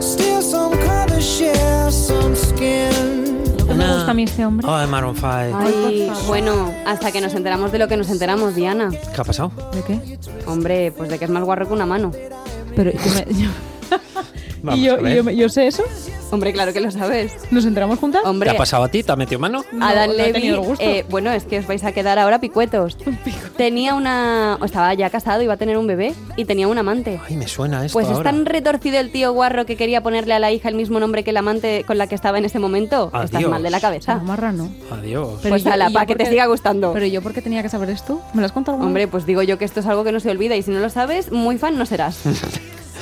[SPEAKER 6] Still some color shares some skin.
[SPEAKER 2] que me gusta a mí este hombre?
[SPEAKER 1] Oh, Maroon 5.
[SPEAKER 3] Ay, bueno, hasta que nos enteramos de lo que nos enteramos, Diana.
[SPEAKER 1] ¿Qué ha pasado?
[SPEAKER 2] ¿De qué?
[SPEAKER 3] Hombre, pues de que es más guarro que una mano.
[SPEAKER 2] Pero, ¿y tú me- yo-
[SPEAKER 1] Vamos
[SPEAKER 2] ¿Y,
[SPEAKER 1] pues a
[SPEAKER 2] yo,
[SPEAKER 1] ver.
[SPEAKER 2] y yo me- yo sé eso?
[SPEAKER 3] Hombre, claro que lo sabes.
[SPEAKER 2] ¿Nos enteramos juntas?
[SPEAKER 3] Hombre,
[SPEAKER 1] ¿Te ha pasado a ti? ¿Te ha metido mano?
[SPEAKER 2] No,
[SPEAKER 3] Adam
[SPEAKER 2] no he
[SPEAKER 3] Levy,
[SPEAKER 2] tenido el gusto.
[SPEAKER 3] eh, bueno, es que os vais a quedar ahora picuetos. Tenía una, o estaba ya casado, iba a tener un bebé y tenía un amante.
[SPEAKER 1] Ay, me suena esto
[SPEAKER 3] Pues es
[SPEAKER 1] ahora.
[SPEAKER 3] tan retorcido el tío guarro que quería ponerle a la hija el mismo nombre que el amante con la que estaba en ese momento. Estás
[SPEAKER 1] Adiós.
[SPEAKER 3] mal de la cabeza.
[SPEAKER 2] No, marra no.
[SPEAKER 1] Adiós.
[SPEAKER 2] Pero
[SPEAKER 3] pues
[SPEAKER 2] yo-
[SPEAKER 3] ala,
[SPEAKER 2] ¿y yo
[SPEAKER 3] para que
[SPEAKER 2] por
[SPEAKER 3] te
[SPEAKER 2] qué-
[SPEAKER 3] siga gustando.
[SPEAKER 2] Pero yo, ¿por qué tenía que saber esto? ¿Me lo has contado alguna
[SPEAKER 3] Hombre,
[SPEAKER 2] vez?
[SPEAKER 3] pues digo yo que esto es algo que no se olvida y si no lo sabes, muy fan no serás.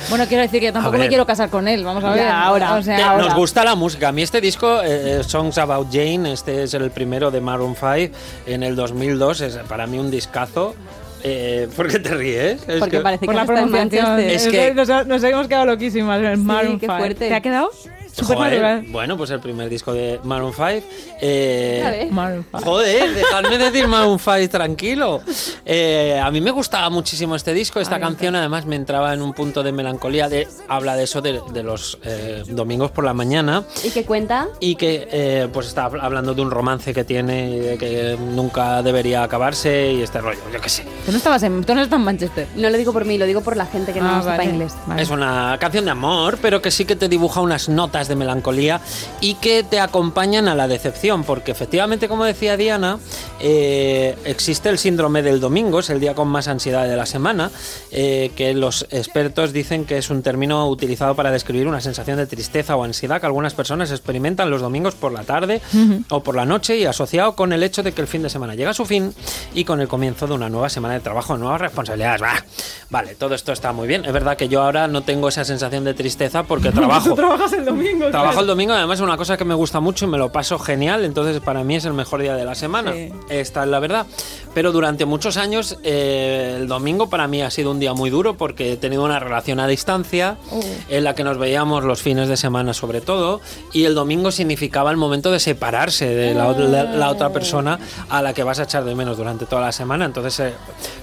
[SPEAKER 2] Bueno, quiero decir que yo tampoco
[SPEAKER 1] ver.
[SPEAKER 2] me quiero casar con él. Vamos a ver.
[SPEAKER 3] ahora.
[SPEAKER 2] O sea,
[SPEAKER 1] Te-
[SPEAKER 2] ahora.
[SPEAKER 1] Nos gusta la música. A mí este disco, eh, eh, Songs About Jane, este es el primero de Maroon 5 en el 2002, es para mí un discazo. Eh, ¿Por qué te ríes? Es
[SPEAKER 3] Porque
[SPEAKER 1] que-
[SPEAKER 3] parece
[SPEAKER 2] Por
[SPEAKER 3] que
[SPEAKER 2] la
[SPEAKER 3] has estado en
[SPEAKER 2] pronunciación.
[SPEAKER 3] Manchester.
[SPEAKER 1] Es que-
[SPEAKER 2] nos, nos hemos quedado loquísimas en el Maroon
[SPEAKER 3] qué
[SPEAKER 2] five.
[SPEAKER 3] fuerte.
[SPEAKER 2] ¿Te ha quedado? Súper
[SPEAKER 1] Joder,
[SPEAKER 2] natural.
[SPEAKER 1] bueno, pues el primer disco de Maroon 5. eh,
[SPEAKER 3] Vale.
[SPEAKER 2] Maroon five.
[SPEAKER 1] Joder, dejadme decir Maroon 5 tranquilo. Eh, a mí me gustaba muchísimo este disco. Esta canción además me entraba en un punto de melancolía. De, habla de eso, de, de los eh, domingos por la mañana.
[SPEAKER 3] ¿Y qué cuenta?
[SPEAKER 1] Y que eh, pues está habl- hablando de un romance que tiene y de que nunca debería acabarse y este rollo, yo qué sé.
[SPEAKER 2] Tú no estabas en, tú no estás en Manchester.
[SPEAKER 3] No lo digo por mí, lo digo por la gente que no
[SPEAKER 2] Ah,
[SPEAKER 3] sepa
[SPEAKER 2] vale.
[SPEAKER 3] inglés.
[SPEAKER 2] Vale.
[SPEAKER 1] Es una canción de amor, pero que sí que te dibuja unas notas de melancolía y que te acompañan a la decepción, porque efectivamente, como decía Diana, eh, existe el síndrome del domingo, es el día con más ansiedad de la semana, eh, que los expertos dicen que es un término utilizado para describir una sensación de tristeza o ansiedad que algunas personas experimentan los domingos por la tarde o por la noche y asociado con el hecho de que el fin de semana llega a su fin y con el comienzo de una nueva semana de trabajo, nuevas responsabilidades. Bah. Vale, todo esto está muy bien. Es verdad que yo ahora no tengo esa sensación de tristeza porque trabajo.
[SPEAKER 2] Trabajas el domingo.
[SPEAKER 1] Trabajo el domingo, además es una cosa que me gusta mucho y me lo paso genial, entonces para mí es el mejor día de la semana.
[SPEAKER 2] Sí.
[SPEAKER 1] Esta es la verdad. Pero durante muchos años eh, el domingo para mí ha sido un día muy duro porque he tenido una relación a distancia
[SPEAKER 2] Uh.
[SPEAKER 1] en la que nos veíamos los fines de semana sobre todo y el domingo significaba el momento de separarse de la, ot- la- la
[SPEAKER 2] Ah.
[SPEAKER 1] otra persona a la que vas a echar de menos durante toda la semana. Entonces eh,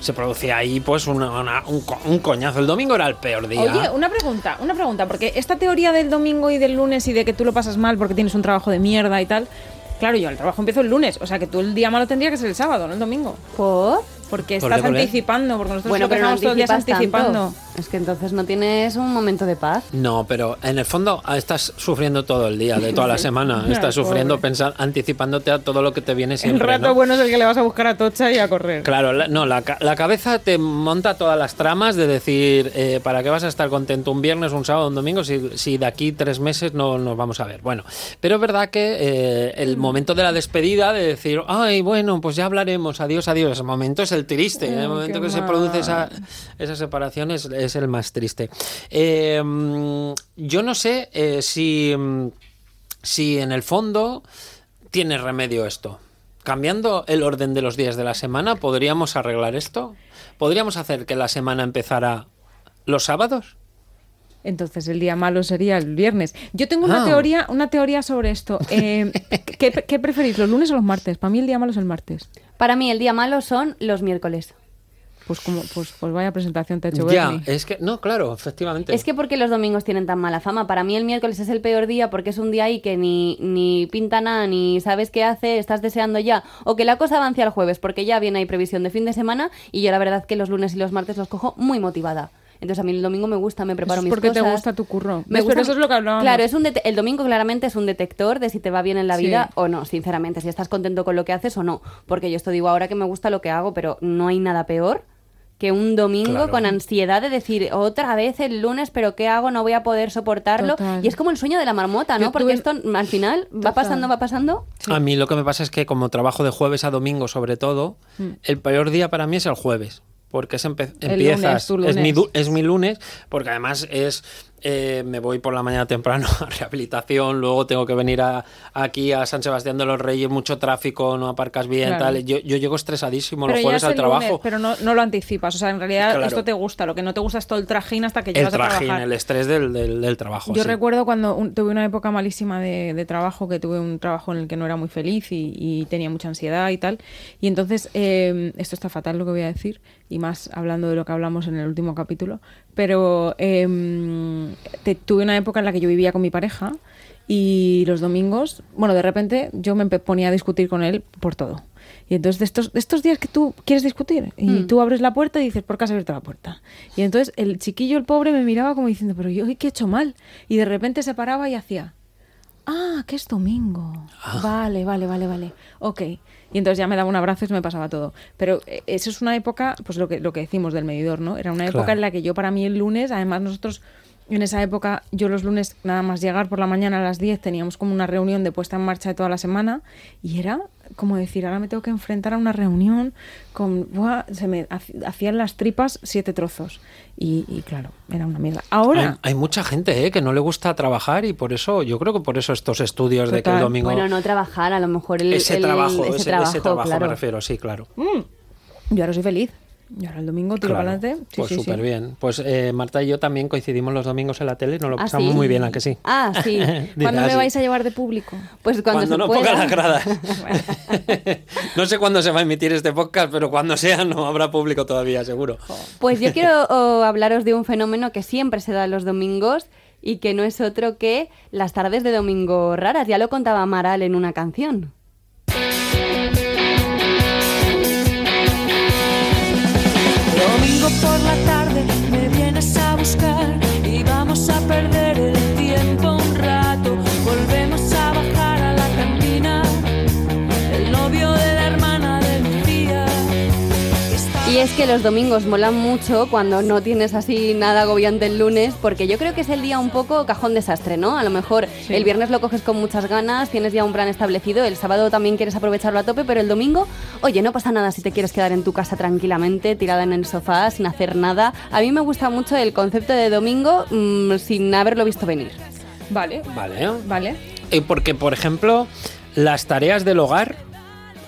[SPEAKER 1] se producía ahí pues una- una- un, co- un coñazo. El domingo era el peor día.
[SPEAKER 2] Oye, una pregunta, una pregunta, porque esta teoría del domingo y del lunes y de que tú lo pasas mal porque tienes un trabajo de mierda y tal, claro, yo el trabajo empiezo el lunes, o sea que tú el día malo tendría que ser el sábado, no el domingo,
[SPEAKER 3] ¿Por?
[SPEAKER 2] porque
[SPEAKER 1] Por
[SPEAKER 2] estás
[SPEAKER 1] decorar.
[SPEAKER 2] anticipando, porque nosotros
[SPEAKER 3] Bueno,
[SPEAKER 2] siempre
[SPEAKER 3] pero no
[SPEAKER 2] estamos todo el día
[SPEAKER 3] anticipas
[SPEAKER 2] anticipando.
[SPEAKER 3] tanto. Es que entonces no tienes un momento de paz.
[SPEAKER 1] No, pero en el fondo ah, estás sufriendo todo el día, de toda la semana. Estás sufriendo pensar, anticipándote a todo lo que te viene
[SPEAKER 2] El
[SPEAKER 1] siempre.
[SPEAKER 2] rato
[SPEAKER 1] ¿no?
[SPEAKER 2] bueno es el que le vas a buscar a Tocha y a correr.
[SPEAKER 1] Claro, la, no, la, ca- la cabeza te monta todas las tramas de decir, eh, ¿para qué vas a estar contento un viernes, un sábado, un domingo, si, si de aquí tres meses no nos vamos a ver? Bueno, pero es verdad que eh, el
[SPEAKER 2] Mm.
[SPEAKER 1] momento de la despedida, de decir, ay, bueno, pues ya hablaremos, adiós, adiós, ese momento es el triste, el momento
[SPEAKER 2] qué
[SPEAKER 1] que se
[SPEAKER 2] mal.
[SPEAKER 1] produce esa, esa separación es, es el más triste. Eh, mm, yo no sé eh, si, mm, si en el fondo tiene remedio esto. Cambiando el orden de los días de la semana, ¿podríamos arreglar esto? ¿Podríamos hacer que la semana empezara los sábados?
[SPEAKER 2] Entonces el día malo sería el viernes. Yo tengo una
[SPEAKER 1] Ah.
[SPEAKER 2] teoría, una teoría sobre esto. Eh, ¿qué, qué preferís, los lunes o los martes? Para mí el día malo es el martes.
[SPEAKER 3] Para mí el día malo son los miércoles.
[SPEAKER 2] Pues como, pues, pues vaya presentación te ha hecho
[SPEAKER 1] ya, eh,
[SPEAKER 2] Bernie.
[SPEAKER 1] es que, no, claro, efectivamente.
[SPEAKER 3] Es que porque los domingos tienen tan mala fama. Para mí el miércoles es el peor día porque es un día ahí que ni, ni pinta nada, ni sabes qué hace, estás deseando ya. O que la cosa avance al jueves porque ya viene ahí previsión de fin de semana y yo la verdad que los lunes y los martes los cojo muy motivada. Entonces a mí el domingo me gusta, me
[SPEAKER 2] Eso
[SPEAKER 3] preparo
[SPEAKER 2] es
[SPEAKER 3] mis
[SPEAKER 2] porque
[SPEAKER 3] cosas.
[SPEAKER 2] te gusta tu curro.
[SPEAKER 3] Me
[SPEAKER 2] ¿Ves?
[SPEAKER 3] gusta
[SPEAKER 2] Pero
[SPEAKER 3] mi-
[SPEAKER 2] eso es lo que hablábamos.
[SPEAKER 3] Claro, es un dete- el domingo claramente es un detector de si te va bien en la
[SPEAKER 2] Sí.
[SPEAKER 3] vida o no, sinceramente, si estás contento con lo que haces o no. Porque yo esto digo ahora que me gusta lo que hago, pero no hay nada peor que un domingo
[SPEAKER 1] Claro.
[SPEAKER 3] con ansiedad de decir otra vez el lunes, pero ¿qué hago? No voy a poder soportarlo.
[SPEAKER 2] Total.
[SPEAKER 3] Y es como el sueño de la marmota, ¿no?
[SPEAKER 2] Yo
[SPEAKER 3] Porque
[SPEAKER 2] tuve-
[SPEAKER 3] esto al final va
[SPEAKER 2] Total.
[SPEAKER 3] pasando, va pasando.
[SPEAKER 1] A mí lo que me pasa es que como trabajo de jueves a domingo sobre todo, el peor día para mí es el jueves, porque es empe-
[SPEAKER 2] Mm. El lunes,
[SPEAKER 1] empiezas,
[SPEAKER 2] tu
[SPEAKER 1] Es, mi
[SPEAKER 2] lunes.
[SPEAKER 1] du- es mi lunes, porque además es, eh, me voy por la mañana temprano a rehabilitación, luego tengo que venir a, aquí a San Sebastián de los Reyes, mucho tráfico, no aparcas bien,
[SPEAKER 2] Claro.
[SPEAKER 1] tal. Yo, yo llego estresadísimo
[SPEAKER 2] Pero
[SPEAKER 1] los
[SPEAKER 2] ya
[SPEAKER 1] jueves
[SPEAKER 2] es
[SPEAKER 1] al
[SPEAKER 2] el lunes,
[SPEAKER 1] trabajo.
[SPEAKER 2] pero no, no lo anticipas. O sea, en realidad
[SPEAKER 1] Claro.
[SPEAKER 2] esto te gusta. Lo que no te gusta es todo el trajín hasta que
[SPEAKER 1] el
[SPEAKER 2] llegas a
[SPEAKER 1] trajín,
[SPEAKER 2] trabajar.
[SPEAKER 1] el estrés del, del- del trabajo.
[SPEAKER 2] Yo
[SPEAKER 1] sí.
[SPEAKER 2] recuerdo cuando un- tuve una época malísima de, de trabajo, que tuve un trabajo en el que no era muy feliz y, y tenía mucha ansiedad y tal. Y entonces, eh, esto está fatal lo que voy a decir, y más hablando de lo que hablamos en el último capítulo, pero eh, te- tuve una época en la que yo vivía con mi pareja y los domingos, bueno, de repente yo me empe- ponía a discutir con él por todo. Y entonces de estos, de estos días que tú quieres discutir y tú abres la puerta y dices, ¿por qué has abierto la puerta? Y entonces el chiquillo, el pobre, me miraba como diciendo, pero yo qué he hecho mal. Y de repente se paraba y hacía, Ah, que es domingo.
[SPEAKER 1] Ah.
[SPEAKER 2] Vale, vale, vale, vale. Ok. Y entonces ya me daba un abrazo y se me pasaba todo. Pero eh, eso es una época, pues lo que, lo que decimos del medidor, ¿no? Era una época
[SPEAKER 1] Claro.
[SPEAKER 2] en la que yo para mí el lunes, además nosotros en esa época, yo los lunes nada más llegar por la mañana a las 10 teníamos como una reunión de puesta en marcha de toda la semana y era como decir, ahora me tengo que enfrentar a una reunión con... buah, se me hac- hacían las tripas siete trozos. Y, y claro, era una mierda. Ahora...
[SPEAKER 1] Hay, hay mucha gente eh, que no le gusta trabajar y por eso, yo creo que por eso estos estudios de que el
[SPEAKER 2] Total.
[SPEAKER 1] domingo.
[SPEAKER 3] Bueno, no trabajar, a lo mejor el,
[SPEAKER 1] ese,
[SPEAKER 3] el-
[SPEAKER 1] trabajo, ese,
[SPEAKER 3] ese
[SPEAKER 1] ese
[SPEAKER 3] trabajo,
[SPEAKER 1] trabajo,
[SPEAKER 3] claro.
[SPEAKER 1] me
[SPEAKER 3] Mm,
[SPEAKER 1] refiero, sí, claro.
[SPEAKER 2] Yo ahora soy feliz. Yo ahora el domingo tiro
[SPEAKER 1] Claro.
[SPEAKER 2] para adelante. Sí,
[SPEAKER 1] pues
[SPEAKER 2] sí, sí.
[SPEAKER 1] súper bien. Pues eh, Marta y yo también coincidimos los domingos en la tele y nos lo
[SPEAKER 3] ¿Ah,
[SPEAKER 1] pasamos
[SPEAKER 3] sí?
[SPEAKER 1] muy bien, ¿a que sí?
[SPEAKER 3] Ah, sí.
[SPEAKER 1] Dice,
[SPEAKER 2] ¿Cuándo
[SPEAKER 1] "Ah,
[SPEAKER 2] me
[SPEAKER 1] sí".
[SPEAKER 2] vais a llevar de público?
[SPEAKER 3] Pues cuando,
[SPEAKER 1] Cuando
[SPEAKER 3] se
[SPEAKER 1] no
[SPEAKER 3] pueda.
[SPEAKER 1] ponga las gradas. no sé cuándo se va a emitir este podcast, pero cuando sea no habrá público todavía, seguro.
[SPEAKER 3] Pues yo quiero oh, hablaros de un fenómeno que siempre se da los domingos y que no es otro que las tardes de domingo raras. Ya lo contaba Amaral en una canción.
[SPEAKER 7] Domingo por la tarde me vienes a buscar y vamos a perder el tiempo un rato. Volvemos a bajar a la cantina. El novio de la hermana de mi tía.
[SPEAKER 3] Y es que los domingos molan mucho cuando no tienes así nada agobiante el lunes, porque yo creo que es el día un poco cajón desastre, ¿no? A lo mejor el viernes lo coges con muchas ganas, tienes ya un plan establecido, el sábado también quieres aprovecharlo a tope, pero el domingo, oye, no pasa nada si te quieres quedar en tu casa tranquilamente, tirada en el sofá, sin hacer nada. A mí me gusta mucho el concepto de domingo mm, sin haberlo visto venir.
[SPEAKER 2] Vale,
[SPEAKER 1] Vale. ¿eh?
[SPEAKER 2] vale.
[SPEAKER 1] Eh, Porque, por ejemplo, las tareas del hogar,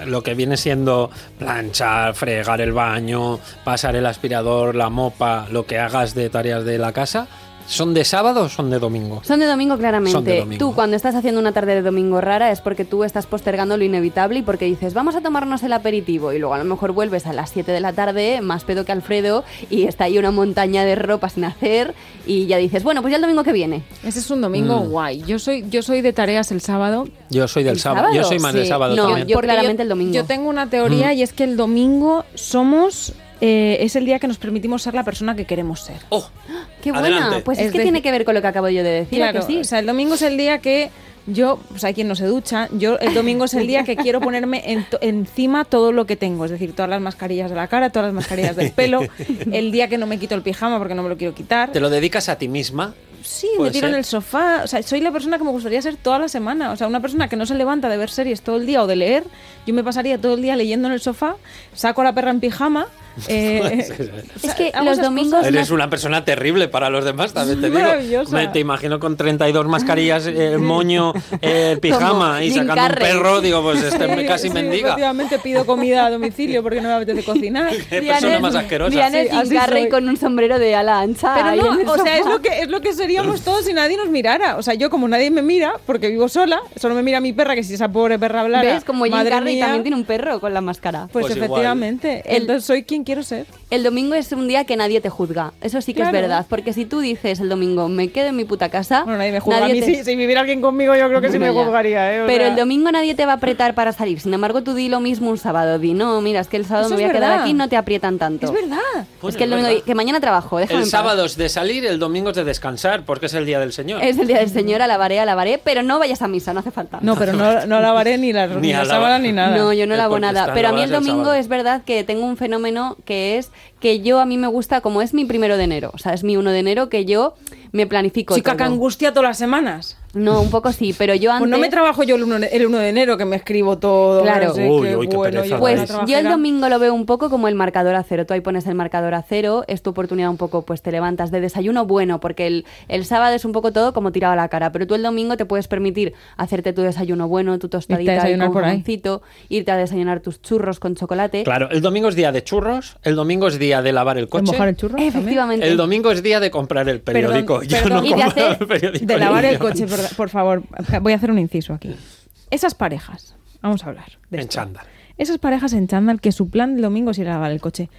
[SPEAKER 1] lo que viene siendo planchar, fregar el baño, pasar el aspirador, la mopa, lo que hagas de tareas de la casa, ¿son de sábado o son de domingo?
[SPEAKER 3] Son de domingo claramente.
[SPEAKER 1] Son de domingo.
[SPEAKER 3] Tú cuando estás haciendo una tarde de domingo rara es porque tú estás postergando lo inevitable y porque dices, vamos a tomarnos el aperitivo y luego a lo mejor vuelves a las 7 de la tarde, más pedo que Alfredo, y está ahí una montaña de ropa sin hacer y ya dices, bueno, pues ya el domingo que viene.
[SPEAKER 2] Ese es un domingo guay. Yo soy, yo soy de tareas el sábado.
[SPEAKER 1] Yo soy del
[SPEAKER 3] ¿El
[SPEAKER 1] sábado. Yo
[SPEAKER 3] sábado?
[SPEAKER 1] soy más
[SPEAKER 3] Sí.
[SPEAKER 1] del sábado
[SPEAKER 3] No,
[SPEAKER 1] también.
[SPEAKER 3] yo-
[SPEAKER 2] Porque
[SPEAKER 3] claramente el domingo.
[SPEAKER 2] Yo tengo una teoría y es que el domingo somos... eh, es el día que nos permitimos ser la persona que queremos ser.
[SPEAKER 1] Oh,
[SPEAKER 3] ¡Qué
[SPEAKER 1] Adelante.
[SPEAKER 3] buena! Pues es,
[SPEAKER 2] Es
[SPEAKER 3] que
[SPEAKER 2] decir-
[SPEAKER 3] tiene que ver con lo que acabo yo de decir, ¿a que sí?
[SPEAKER 2] o sea, el domingo es el día que yo, pues hay quien no se ducha, yo el domingo es el día que quiero ponerme en to- encima todo lo que tengo, es decir, todas las mascarillas de la cara, todas las mascarillas del pelo, el día que no me quito el pijama porque no me lo quiero quitar.
[SPEAKER 1] te lo dedicas a ti misma.
[SPEAKER 2] Sí,
[SPEAKER 1] Puede
[SPEAKER 2] me tiro en
[SPEAKER 1] ser.
[SPEAKER 2] el sofá. O sea, soy la persona que me gustaría ser toda la semana. O sea, una persona que no se levanta de ver series todo el día o de leer. Yo me pasaría todo el día leyendo en el sofá, saco a la perra en pijama. eh,
[SPEAKER 1] Sí, sí.
[SPEAKER 2] o sea,
[SPEAKER 3] Es que
[SPEAKER 2] hago
[SPEAKER 3] los
[SPEAKER 2] esas
[SPEAKER 3] domingos
[SPEAKER 2] cosas.
[SPEAKER 1] Eres una persona terrible para los demás, también te digo.
[SPEAKER 2] Maravillosa.
[SPEAKER 1] Me te imagino con 32 mascarillas, eh, el moño, eh, el pijama
[SPEAKER 3] Como
[SPEAKER 1] y
[SPEAKER 3] Jim
[SPEAKER 1] sacando
[SPEAKER 3] Carrey.
[SPEAKER 1] un perro, digo, pues este
[SPEAKER 2] Sí,
[SPEAKER 1] me casi
[SPEAKER 2] sí,
[SPEAKER 1] mendiga.
[SPEAKER 2] efectivamente pido comida a domicilio porque no me apetece cocinar.
[SPEAKER 1] Qué persona más asquerosa.
[SPEAKER 3] Diana es
[SPEAKER 2] Sí,
[SPEAKER 3] Jim
[SPEAKER 2] así
[SPEAKER 3] Carrey
[SPEAKER 2] soy.
[SPEAKER 3] con un sombrero de ala ancha.
[SPEAKER 2] Pero
[SPEAKER 3] ahí en el
[SPEAKER 2] no, o sea, es
[SPEAKER 3] sofá.
[SPEAKER 2] lo, que, es lo que seríamos todos si nadie nos mirara. O sea, yo como nadie me mira, porque vivo sola, solo me mira mi perra, que si esa pobre perra hablara...
[SPEAKER 3] ¿Ves? Como Jim
[SPEAKER 2] madre
[SPEAKER 3] Carrey
[SPEAKER 2] mía,
[SPEAKER 3] también tiene un perro con la máscara.
[SPEAKER 2] Pues,
[SPEAKER 1] Pues igual.
[SPEAKER 2] efectivamente.
[SPEAKER 3] El-
[SPEAKER 2] Entonces soy quien quiero ser.
[SPEAKER 3] El domingo es un día que nadie te juzga. Eso sí que es
[SPEAKER 2] Claro.
[SPEAKER 3] verdad. Porque si tú dices el domingo, me quedo en mi puta casa.
[SPEAKER 2] Bueno, nadie me juzga. a mí
[SPEAKER 3] Ah, te-
[SPEAKER 2] sí, si viviera alguien conmigo, yo creo que sí me
[SPEAKER 3] Bueno, ya.
[SPEAKER 2] juzgaría, ¿eh? O
[SPEAKER 3] Pero
[SPEAKER 2] sea,
[SPEAKER 3] el domingo nadie te va a apretar para salir. Sin embargo, tú di lo mismo un sábado. Di, no, mira, es que el sábado
[SPEAKER 2] Eso
[SPEAKER 3] me voy
[SPEAKER 2] es
[SPEAKER 3] a quedar
[SPEAKER 2] verdad.
[SPEAKER 3] aquí, no te aprietan tanto.
[SPEAKER 2] Es verdad.
[SPEAKER 1] Bueno,
[SPEAKER 3] Es que el
[SPEAKER 1] es
[SPEAKER 3] domingo,
[SPEAKER 1] verdad.
[SPEAKER 3] que mañana trabajo, déjame
[SPEAKER 1] El
[SPEAKER 3] en paz.
[SPEAKER 1] sábado es de salir, el domingo es de descansar, porque es el día del Señor.
[SPEAKER 3] Es el día del Señor, alabaré, alabaré, pero no vayas a misa, no hace falta.
[SPEAKER 2] No, pero no, no lavaré ni la,
[SPEAKER 1] Ni
[SPEAKER 2] ni la
[SPEAKER 1] alaba-
[SPEAKER 2] sábana ni nada.
[SPEAKER 3] No, yo no
[SPEAKER 1] Es
[SPEAKER 3] lavo
[SPEAKER 1] porque
[SPEAKER 3] nada.
[SPEAKER 1] están
[SPEAKER 3] Pero a mí el
[SPEAKER 1] lavadas el
[SPEAKER 3] domingo
[SPEAKER 1] sábado.
[SPEAKER 3] es verdad que tengo un fenómeno que es que yo a mí me gusta como es mi primero de enero. O sea, es mi 1 de enero que yo me planifico.
[SPEAKER 2] Chica,
[SPEAKER 3] todo.
[SPEAKER 2] que angustia todas las semanas.
[SPEAKER 3] No, un poco sí, pero yo antes.
[SPEAKER 2] Pues no me trabajo yo el 1, el 1 de enero, que me escribo todo.
[SPEAKER 3] Claro.
[SPEAKER 2] no sé
[SPEAKER 1] Uy,
[SPEAKER 2] qué,
[SPEAKER 1] uy, qué
[SPEAKER 2] bueno,
[SPEAKER 1] pereza,
[SPEAKER 2] yo
[SPEAKER 1] Pues
[SPEAKER 2] una
[SPEAKER 3] Pues yo el
[SPEAKER 2] trabajera.
[SPEAKER 3] domingo lo veo un poco como el marcador a cero. Tú ahí pones el marcador a cero, es tu oportunidad un poco, pues te levantas de desayuno bueno, porque el, el sábado es un poco todo como tirado a la cara, pero tú el domingo te puedes permitir hacerte tu desayuno bueno, tu
[SPEAKER 2] Irte a
[SPEAKER 3] tostadita y
[SPEAKER 2] desayunar
[SPEAKER 3] con
[SPEAKER 2] por ahí.
[SPEAKER 3] jamoncito, irte a desayunar tus churros con chocolate.
[SPEAKER 1] Claro, el domingo es día de churros, el domingo es día de lavar el
[SPEAKER 2] ¿De
[SPEAKER 1] coche.
[SPEAKER 2] mojar el churro? también?
[SPEAKER 3] Efectivamente.
[SPEAKER 1] El domingo es día de comprar el periódico.
[SPEAKER 2] Perdón,
[SPEAKER 1] Yo
[SPEAKER 2] perdón.
[SPEAKER 1] no
[SPEAKER 3] Y de
[SPEAKER 1] compro
[SPEAKER 3] hacer-
[SPEAKER 1] el periódico
[SPEAKER 2] De lavar el
[SPEAKER 1] yo-
[SPEAKER 2] coche, por, por favor. Voy a hacer un inciso aquí. Esas parejas, vamos a hablar. de
[SPEAKER 1] En
[SPEAKER 2] esto.
[SPEAKER 1] chándal.
[SPEAKER 2] Esas parejas en chándal que su plan del domingo es ir a lavar el coche.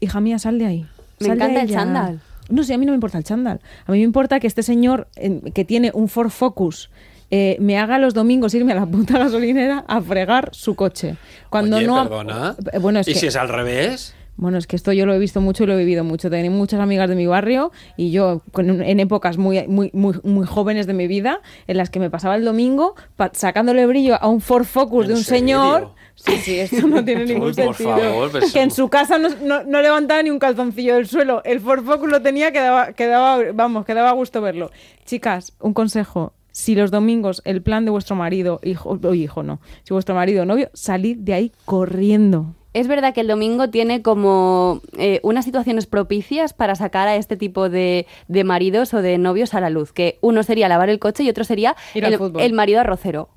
[SPEAKER 2] Hija mía, sal de ahí.
[SPEAKER 3] Me
[SPEAKER 2] Sal de
[SPEAKER 3] encanta
[SPEAKER 2] ahí
[SPEAKER 3] el
[SPEAKER 2] ya.
[SPEAKER 3] chándal.
[SPEAKER 2] No, sí, a mí no me importa el chándal. A mí me importa que este señor eh, que tiene un Ford Focus eh, me haga los domingos irme a la puta gasolinera a fregar su coche. Cuando
[SPEAKER 1] Oye,
[SPEAKER 2] no.
[SPEAKER 1] perdona.
[SPEAKER 2] Eh, Bueno, es
[SPEAKER 1] ¿Y
[SPEAKER 2] que-
[SPEAKER 1] si es al revés?
[SPEAKER 2] Bueno, es que esto yo lo he visto mucho y lo he vivido mucho. Tenía muchas amigas de mi barrio y yo con un- en épocas muy, muy, muy, muy jóvenes de mi vida en las que me pasaba el domingo pa- sacándole brillo a un Ford Focus
[SPEAKER 1] ¿En
[SPEAKER 2] de un
[SPEAKER 1] serio?
[SPEAKER 2] señor. Sí, sí, esto no tiene ningún
[SPEAKER 1] Uy, por
[SPEAKER 2] sentido.
[SPEAKER 1] favor, pues-
[SPEAKER 2] que en su casa no, no- no levantaba ni un calzoncillo del suelo. El Ford Focus lo tenía que daba, que daba- vamos, que daba gusto verlo. Chicas, un consejo. Si los domingos el plan de vuestro marido, hijo, o hijo no, si vuestro marido o novio, salid de ahí corriendo.
[SPEAKER 3] Es verdad que el domingo tiene como eh, unas situaciones propicias para sacar a este tipo de, de maridos o de novios a la luz, que uno sería lavar el coche y otro sería
[SPEAKER 2] Ir al
[SPEAKER 3] el,
[SPEAKER 2] fútbol.
[SPEAKER 3] el marido arrocero.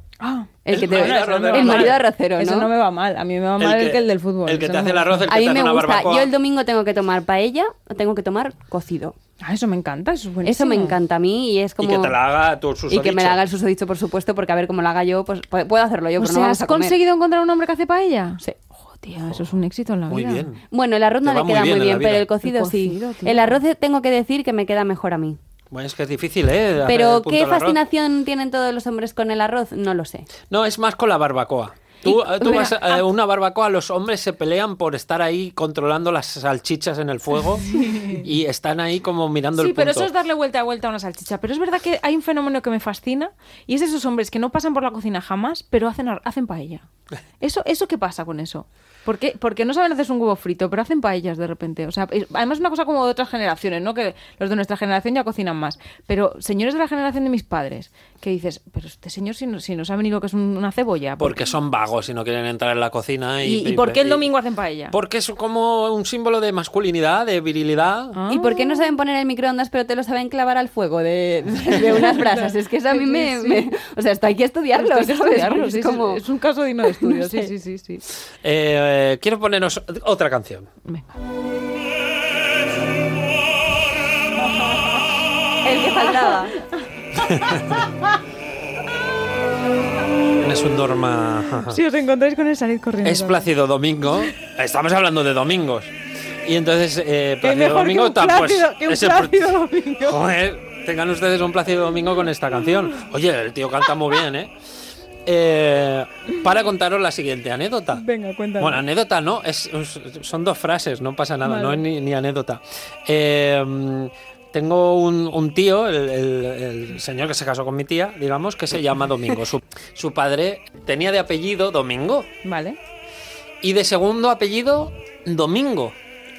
[SPEAKER 3] El,
[SPEAKER 1] El
[SPEAKER 3] que te-
[SPEAKER 1] marido arrocero.
[SPEAKER 3] el marido arrocero,
[SPEAKER 2] Eso
[SPEAKER 3] ¿no?
[SPEAKER 2] no me va mal. A mí me va mal el que, el del fútbol.
[SPEAKER 1] El que
[SPEAKER 2] Eso
[SPEAKER 1] te
[SPEAKER 2] no
[SPEAKER 1] hace el
[SPEAKER 2] va
[SPEAKER 1] arroz, el que
[SPEAKER 3] a
[SPEAKER 1] te
[SPEAKER 3] mí
[SPEAKER 1] hace
[SPEAKER 3] me
[SPEAKER 1] una
[SPEAKER 3] gusta.
[SPEAKER 1] barbacoa.
[SPEAKER 3] Yo el domingo tengo que tomar paella, tengo que tomar cocido.
[SPEAKER 2] mal. Ah, eso me encanta. Eso es
[SPEAKER 3] Eso
[SPEAKER 2] buenísimo.
[SPEAKER 3] me encanta a mí y es como...
[SPEAKER 1] Y que te la haga tu susodicho.
[SPEAKER 3] y que me la haga el susodicho, por supuesto, porque a ver cómo la haga yo, pues pu- puedo hacerlo yo,
[SPEAKER 2] O
[SPEAKER 3] pero no
[SPEAKER 2] sea,
[SPEAKER 3] vamos
[SPEAKER 2] ¿has
[SPEAKER 3] a comer.
[SPEAKER 2] conseguido encontrar un hombre que hace paella?
[SPEAKER 3] Sí.
[SPEAKER 2] Hostia, eso es un éxito en la
[SPEAKER 1] Muy
[SPEAKER 2] vida.
[SPEAKER 1] bien.
[SPEAKER 3] Bueno, el arroz no
[SPEAKER 1] Te va
[SPEAKER 3] le
[SPEAKER 1] muy
[SPEAKER 3] queda muy
[SPEAKER 1] bien
[SPEAKER 3] bien,
[SPEAKER 1] en la vida.
[SPEAKER 3] pero el cocido,
[SPEAKER 2] El cocido,
[SPEAKER 3] sí.
[SPEAKER 2] tío.
[SPEAKER 3] El arroz eh, tengo que decir que me queda mejor a mí.
[SPEAKER 1] Bueno, es que es difícil, ¿eh? Hacer el
[SPEAKER 3] Pero
[SPEAKER 1] punto
[SPEAKER 3] ¿qué
[SPEAKER 1] al arroz.
[SPEAKER 3] fascinación tienen todos los hombres con el arroz? No lo sé.
[SPEAKER 1] No, es más con la barbacoa. Tú, eh,
[SPEAKER 3] Y-
[SPEAKER 1] tú
[SPEAKER 3] Mira,
[SPEAKER 1] vas a
[SPEAKER 2] ah.
[SPEAKER 1] a una barbacoa, los hombres se pelean por estar ahí controlando las salchichas en el fuego y están ahí como mirando
[SPEAKER 2] Sí,
[SPEAKER 1] el punto.
[SPEAKER 2] pero eso es darle vuelta a vuelta a una salchicha. Pero es verdad que hay un fenómeno que me fascina y es esos hombres que no pasan por la cocina jamás, pero hacen, ar- hacen paella. ¿Eso, ¿Eso qué pasa con eso? ¿Por qué? Porque no saben hacer un huevo frito, pero hacen paellas de repente. O sea, es- además es una cosa como de otras generaciones, ¿no? Que los de nuestra generación ya cocinan más. Pero señores de la generación de mis padres, que dices, pero este señor si no, si no sabe ni lo que es un- una cebolla. ¿por
[SPEAKER 1] Porque son vagos y no quieren entrar en la cocina.
[SPEAKER 2] qué-
[SPEAKER 1] ¿Y,
[SPEAKER 2] ¿Y, y por qué el domingo hacen paella?
[SPEAKER 1] Porque es como un símbolo de masculinidad, de virilidad.
[SPEAKER 2] Ah.
[SPEAKER 3] ¿Y por qué no saben poner el microondas pero te lo saben clavar al fuego de, de unas brasas? Es que eso a mí me, me- O sea, esto hay que estudiarlo,
[SPEAKER 2] Esto hay que
[SPEAKER 3] ¿sabes?
[SPEAKER 2] estudiarlo,
[SPEAKER 3] Es
[SPEAKER 2] sí, sí,
[SPEAKER 3] como-
[SPEAKER 2] es un caso digno de estudio.
[SPEAKER 3] No sé.
[SPEAKER 2] Sí, sí, sí, sí.
[SPEAKER 1] Eh, eh, quiero poneros otra canción.
[SPEAKER 2] Venga.
[SPEAKER 3] El que faltaba.
[SPEAKER 1] Es un Norma.
[SPEAKER 2] Si os encontráis con él, salid corriendo.
[SPEAKER 1] Ah. Es Plácido Domingo. Estamos hablando de domingos. Y entonces, eh, Plácido Domingo
[SPEAKER 2] que un
[SPEAKER 1] está, pues,
[SPEAKER 2] Plácido- que un
[SPEAKER 1] ese-
[SPEAKER 2] Plácido Domingo.
[SPEAKER 1] Joder, tengan ustedes un Plácido Domingo con esta canción. Oye, el tío canta muy bien, ¿eh? Eh, para contaros la siguiente anécdota.
[SPEAKER 2] Venga, cuéntame.
[SPEAKER 1] Bueno, anécdota no, es, es- son dos frases, no pasa nada,
[SPEAKER 2] Vale.
[SPEAKER 1] no es ni, ni anécdota. Eh, mm, tengo un, un tío, el, el- el señor que se casó con mi tía, digamos, que se llama Domingo. Su, su padre tenía de apellido Domingo
[SPEAKER 2] Vale.
[SPEAKER 1] y de segundo apellido Domingo.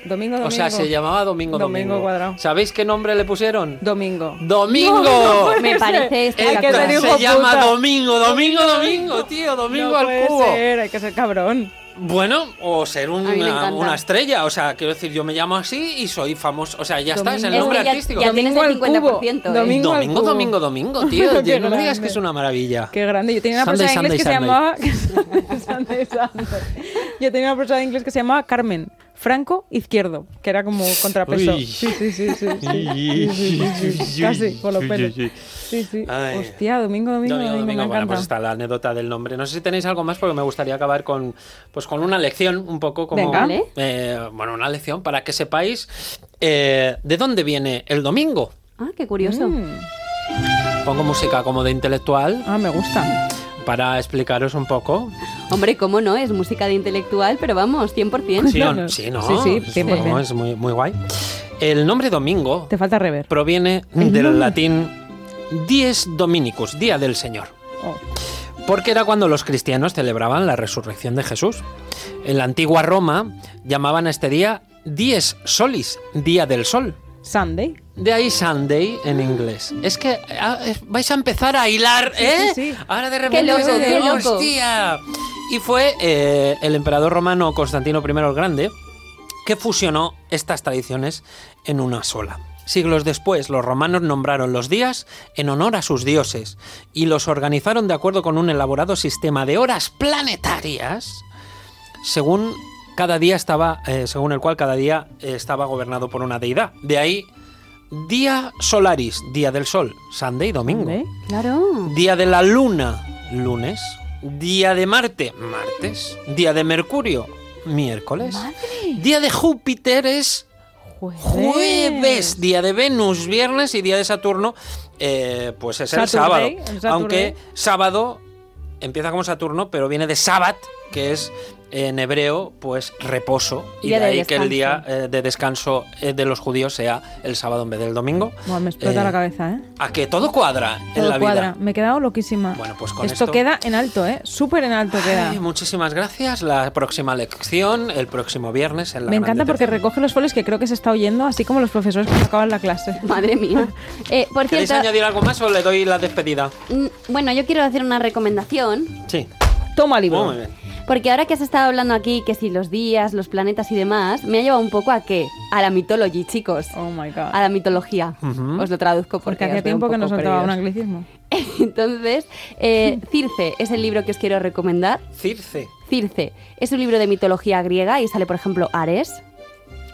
[SPEAKER 2] Domingo, domingo.
[SPEAKER 1] O sea, se llamaba Domingo Domingo.
[SPEAKER 2] Domingo Cuadrado.
[SPEAKER 1] ¿Sabéis qué nombre le pusieron?
[SPEAKER 2] Domingo.
[SPEAKER 1] ¡Domingo!
[SPEAKER 3] Me parece
[SPEAKER 1] Héctor,
[SPEAKER 2] que ser
[SPEAKER 3] espectacular.
[SPEAKER 2] hijo
[SPEAKER 1] se llama
[SPEAKER 2] puta.
[SPEAKER 1] Domingo, Domingo, Domingo, tío, Domingo
[SPEAKER 2] no
[SPEAKER 1] al
[SPEAKER 2] puede
[SPEAKER 1] cubo.
[SPEAKER 2] ser, hay que ser cabrón.
[SPEAKER 1] Bueno, o ser un-
[SPEAKER 3] A mí me
[SPEAKER 1] una,
[SPEAKER 3] encanta.
[SPEAKER 1] una estrella. O sea, quiero decir, yo me llamo así y soy famoso. O sea, ya está, es el
[SPEAKER 3] Es
[SPEAKER 1] nombre
[SPEAKER 3] que ya-
[SPEAKER 1] artístico.
[SPEAKER 3] ya tienes
[SPEAKER 2] Domingo al
[SPEAKER 3] el
[SPEAKER 2] cubo.
[SPEAKER 3] 50%. ¿eh?
[SPEAKER 2] Domingo al
[SPEAKER 1] Domingo,
[SPEAKER 2] cubo.
[SPEAKER 1] domingo, domingo, tío.
[SPEAKER 2] Qué
[SPEAKER 1] tío, no me digas
[SPEAKER 2] grande.
[SPEAKER 1] que es una maravilla.
[SPEAKER 2] Qué grande. Yo tenía una
[SPEAKER 1] Sunday,
[SPEAKER 2] profesora de inglés
[SPEAKER 1] Sunday,
[SPEAKER 2] que se llamaba. Sunday, Sunday. Yo tenía una profesora de inglés que se llamaba Carmen. Franco izquierdo, que era como contrapeso.
[SPEAKER 1] Uy.
[SPEAKER 2] Sí, sí, sí, sí, sí. Sí, sí, sí, sí. Casi, por los pelos. Sí, sí.
[SPEAKER 1] Ay.
[SPEAKER 2] Hostia, domingo, domingo, domingo, me
[SPEAKER 1] bueno,
[SPEAKER 2] encanta.
[SPEAKER 1] pues está la anécdota del nombre. No sé si tenéis algo más porque me gustaría acabar con, pues con una lección un poco como...
[SPEAKER 2] Venga.
[SPEAKER 3] Vale.
[SPEAKER 1] eh, bueno, una lección para que sepáis eh, de dónde viene el domingo.
[SPEAKER 3] Ah, qué curioso.
[SPEAKER 2] Mm.
[SPEAKER 1] Pongo música como de intelectual
[SPEAKER 2] Ah, me gusta.
[SPEAKER 1] para explicaros un poco.
[SPEAKER 3] Hombre, cómo no, es música de intelectual, pero vamos, 100%.
[SPEAKER 1] Sí, o-
[SPEAKER 2] Claro.
[SPEAKER 1] sí, no.
[SPEAKER 2] Sí, sí,
[SPEAKER 1] es-
[SPEAKER 2] 100%.
[SPEAKER 1] no, es muy, muy guay. El nombre domingo
[SPEAKER 2] Te falta rever.
[SPEAKER 1] proviene
[SPEAKER 2] ¿El
[SPEAKER 1] del
[SPEAKER 2] nombre?
[SPEAKER 1] latín dies dominicus, día del Señor.
[SPEAKER 2] Oh.
[SPEAKER 1] Porque era cuando los cristianos celebraban la resurrección de Jesús. En la antigua Roma llamaban a este día dies solis, día del sol.
[SPEAKER 2] Sunday.
[SPEAKER 1] De ahí Sunday en inglés. Es que ah, es- vais a empezar a hilar, ¿eh?
[SPEAKER 2] sí, sí.
[SPEAKER 1] Ahora de repente
[SPEAKER 3] loco,
[SPEAKER 1] se dice,
[SPEAKER 3] qué loco.
[SPEAKER 1] ¡hostia! Y fue eh, el emperador romano Constantino I el Grande que fusionó estas tradiciones en una sola. Siglos después, los romanos nombraron los días en honor a sus dioses y los organizaron de acuerdo con un elaborado sistema de horas planetarias según cada día estaba, eh, según el cual cada día eh, estaba gobernado por una deidad. De ahí, día solaris, día del sol, Sunday, domingo.
[SPEAKER 2] Sunday.
[SPEAKER 3] Claro.
[SPEAKER 1] Día de la luna, lunes. Día de Marte, martes. Día de Mercurio, miércoles. Día de Júpiter es
[SPEAKER 2] Jueves.
[SPEAKER 1] jueves. Día de Venus, viernes. Y día de Saturno, eh, pues es el
[SPEAKER 2] Saturday,
[SPEAKER 1] sábado.
[SPEAKER 2] el Saturday.
[SPEAKER 1] Aunque sábado empieza como Saturno, pero viene de Sabbat, que es en hebreo, pues reposo. Y
[SPEAKER 3] Día
[SPEAKER 1] de
[SPEAKER 3] de
[SPEAKER 1] ahí que el
[SPEAKER 3] descanso.
[SPEAKER 1] día eh, de descanso eh, de los judíos sea el sábado en vez del domingo.
[SPEAKER 2] Buah, me explota
[SPEAKER 1] Eh,
[SPEAKER 2] la cabeza, ¿eh?
[SPEAKER 1] A que todo cuadra en
[SPEAKER 2] Todo
[SPEAKER 1] la
[SPEAKER 2] cuadra.
[SPEAKER 1] vida.
[SPEAKER 2] Me he quedado loquísima.
[SPEAKER 1] Bueno, pues con
[SPEAKER 2] esto,
[SPEAKER 1] esto-
[SPEAKER 2] queda en alto, ¿eh? Súper en alto queda.
[SPEAKER 1] Ay, muchísimas gracias. La próxima lección, el próximo viernes en la
[SPEAKER 2] Me
[SPEAKER 1] Gran
[SPEAKER 2] encanta porque
[SPEAKER 1] Decepción.
[SPEAKER 2] recoge los folios que creo que se está oyendo, así como los profesores cuando acaban la clase.
[SPEAKER 3] Madre mía. Eh, por
[SPEAKER 1] ¿Queréis
[SPEAKER 3] cierto,
[SPEAKER 1] añadir algo más o le doy la despedida?
[SPEAKER 3] mm, bueno, yo quiero hacer una recomendación.
[SPEAKER 1] Sí.
[SPEAKER 2] Toma
[SPEAKER 1] Oh,
[SPEAKER 2] libro.
[SPEAKER 1] muy bien.
[SPEAKER 3] Porque ahora que has estado hablando aquí, que si los días, los planetas y demás, me ha llevado un poco a qué? A la mitología, chicos.
[SPEAKER 2] Oh my god.
[SPEAKER 3] A la mitología.
[SPEAKER 1] Ujú.
[SPEAKER 3] Os lo traduzco Ah, porque,
[SPEAKER 2] Porque hacía tiempo que nos
[SPEAKER 3] saltaba
[SPEAKER 2] saltaba un anglicismo.
[SPEAKER 3] Entonces, eh, Circe es el libro que os quiero recomendar.
[SPEAKER 1] Circe,
[SPEAKER 3] Circe es un libro de mitología griega y sale, por ejemplo, Ares,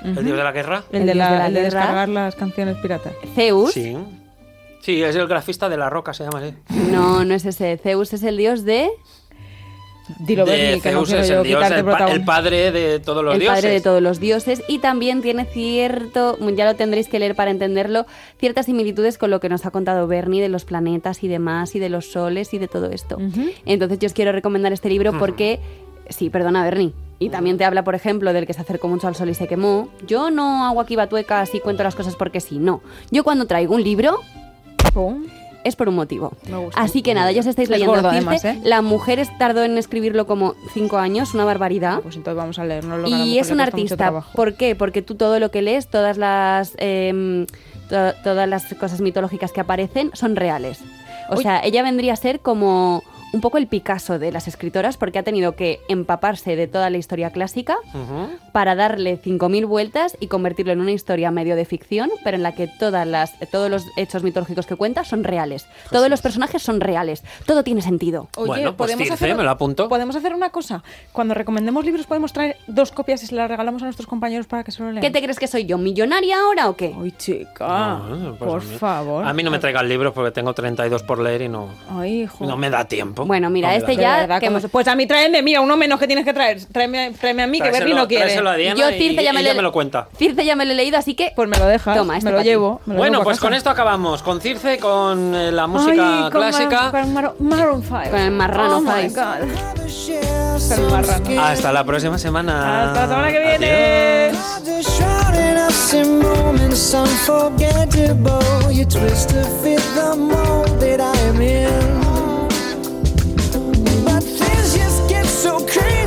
[SPEAKER 1] el dios de la guerra.
[SPEAKER 2] El,
[SPEAKER 3] El
[SPEAKER 2] de,
[SPEAKER 3] dios
[SPEAKER 2] la,
[SPEAKER 3] de la
[SPEAKER 2] el de
[SPEAKER 3] guerra.
[SPEAKER 2] descargar las canciones piratas.
[SPEAKER 3] Zeus.
[SPEAKER 1] Sí. Sí, es el grafista de la roca, se llama así.
[SPEAKER 3] No, no es ese. Zeus es el dios de.
[SPEAKER 2] Dilo,
[SPEAKER 1] De
[SPEAKER 2] Bernie, que no
[SPEAKER 1] Zeus
[SPEAKER 2] quiero
[SPEAKER 1] es
[SPEAKER 2] yo
[SPEAKER 1] el, dios,
[SPEAKER 2] quitarte
[SPEAKER 1] el, pa- el
[SPEAKER 2] protagonismo.
[SPEAKER 1] padre de todos los
[SPEAKER 3] el
[SPEAKER 1] dioses.
[SPEAKER 3] padre de todos los dioses y también tiene cierto, ya lo tendréis que leer para entenderlo, ciertas similitudes con lo que nos ha contado Bernie de los planetas y demás y de los soles y de todo esto. Entonces yo os quiero recomendar este libro porque, sí, perdona Bernie, y también te habla, por ejemplo, del que se acercó mucho al sol y se quemó. Yo no hago aquí batuecas y cuento las cosas porque sí, no. Yo cuando traigo un libro,
[SPEAKER 2] Pum.
[SPEAKER 3] es por un motivo.
[SPEAKER 2] Me gusta.
[SPEAKER 3] Así que nada, ya os estáis
[SPEAKER 2] Es
[SPEAKER 3] leyendo.
[SPEAKER 2] gordo,
[SPEAKER 3] Circe.
[SPEAKER 2] además, ¿eh?
[SPEAKER 3] La mujer es- tardó en escribirlo como cinco años, una barbaridad.
[SPEAKER 2] Pues entonces vamos a leernos lo que a lo
[SPEAKER 3] Y
[SPEAKER 2] mejor
[SPEAKER 3] es
[SPEAKER 2] le
[SPEAKER 3] un
[SPEAKER 2] cuesta mucho
[SPEAKER 3] artista.
[SPEAKER 2] trabajo.
[SPEAKER 3] ¿Por qué? Porque tú todo lo que lees, todas las em, to- todas las cosas mitológicas que aparecen son reales. O
[SPEAKER 2] Uy.
[SPEAKER 3] sea, ella vendría a ser como un poco el Picasso de las escritoras porque ha tenido que empaparse de toda la historia clásica
[SPEAKER 1] Ujú.
[SPEAKER 3] para darle 5.000 vueltas y convertirlo en una historia medio de ficción, pero en la que todas las, todos los hechos mitológicos que cuenta son reales. Todos los personajes son reales. Todo tiene sentido.
[SPEAKER 2] Oye,
[SPEAKER 1] Bueno, pues
[SPEAKER 2] podemos
[SPEAKER 1] Circe,
[SPEAKER 2] hacer,
[SPEAKER 1] me lo apunto.
[SPEAKER 2] Podemos hacer una cosa. Cuando recomendemos libros podemos traer dos copias y se las regalamos a nuestros compañeros para que se lo lean.
[SPEAKER 3] ¿Qué te crees que soy yo? ¿Millonaria ahora o qué?
[SPEAKER 2] Ay,
[SPEAKER 1] Ah,
[SPEAKER 2] chica.
[SPEAKER 1] pues
[SPEAKER 2] por
[SPEAKER 1] a mí-
[SPEAKER 2] favor.
[SPEAKER 1] A mí no me traigan libros porque tengo 32 por leer y no,
[SPEAKER 2] Ay, hijo.
[SPEAKER 1] no me da tiempo.
[SPEAKER 3] Bueno, mira,
[SPEAKER 1] No me
[SPEAKER 3] este
[SPEAKER 1] da
[SPEAKER 2] De
[SPEAKER 3] ya
[SPEAKER 2] verdad,
[SPEAKER 3] que
[SPEAKER 2] ¿cómo
[SPEAKER 3] hemos-
[SPEAKER 2] se- Pues a mí tráeme, mira, uno menos que tienes que traer. Tráeme, tráeme a mí, que
[SPEAKER 1] Tráeselo-
[SPEAKER 2] Bernie no quiere.
[SPEAKER 1] tráeselo a Diana
[SPEAKER 3] yo
[SPEAKER 1] y-
[SPEAKER 3] Circe ya
[SPEAKER 1] y
[SPEAKER 3] me,
[SPEAKER 1] ella
[SPEAKER 3] le-
[SPEAKER 1] me lo cuenta.
[SPEAKER 3] Circe ya me lo he leído, así que
[SPEAKER 2] Pues me lo dejas,
[SPEAKER 3] Toma, este
[SPEAKER 2] me lo
[SPEAKER 3] para ti.
[SPEAKER 2] llevo. me lo
[SPEAKER 1] Bueno,
[SPEAKER 2] llevo
[SPEAKER 1] pues
[SPEAKER 2] pa'
[SPEAKER 1] con
[SPEAKER 2] casa.
[SPEAKER 1] esto acabamos. Con Circe, con eh, la música
[SPEAKER 2] Ay, con
[SPEAKER 1] clásica.
[SPEAKER 2] Mar- con Mar- Maroon 5.
[SPEAKER 3] Con el marrano
[SPEAKER 2] Oh my
[SPEAKER 3] five.
[SPEAKER 2] God.
[SPEAKER 6] Gotta share
[SPEAKER 2] Pero
[SPEAKER 6] some
[SPEAKER 2] marrano.
[SPEAKER 6] skin.
[SPEAKER 1] Hasta la próxima semana.
[SPEAKER 2] Hasta la semana que
[SPEAKER 1] Ah, Adiós.
[SPEAKER 2] viene.
[SPEAKER 6] Just shrouded us in moments unforgettable. You twist to fit the mold that I am in. But things just get so crazy.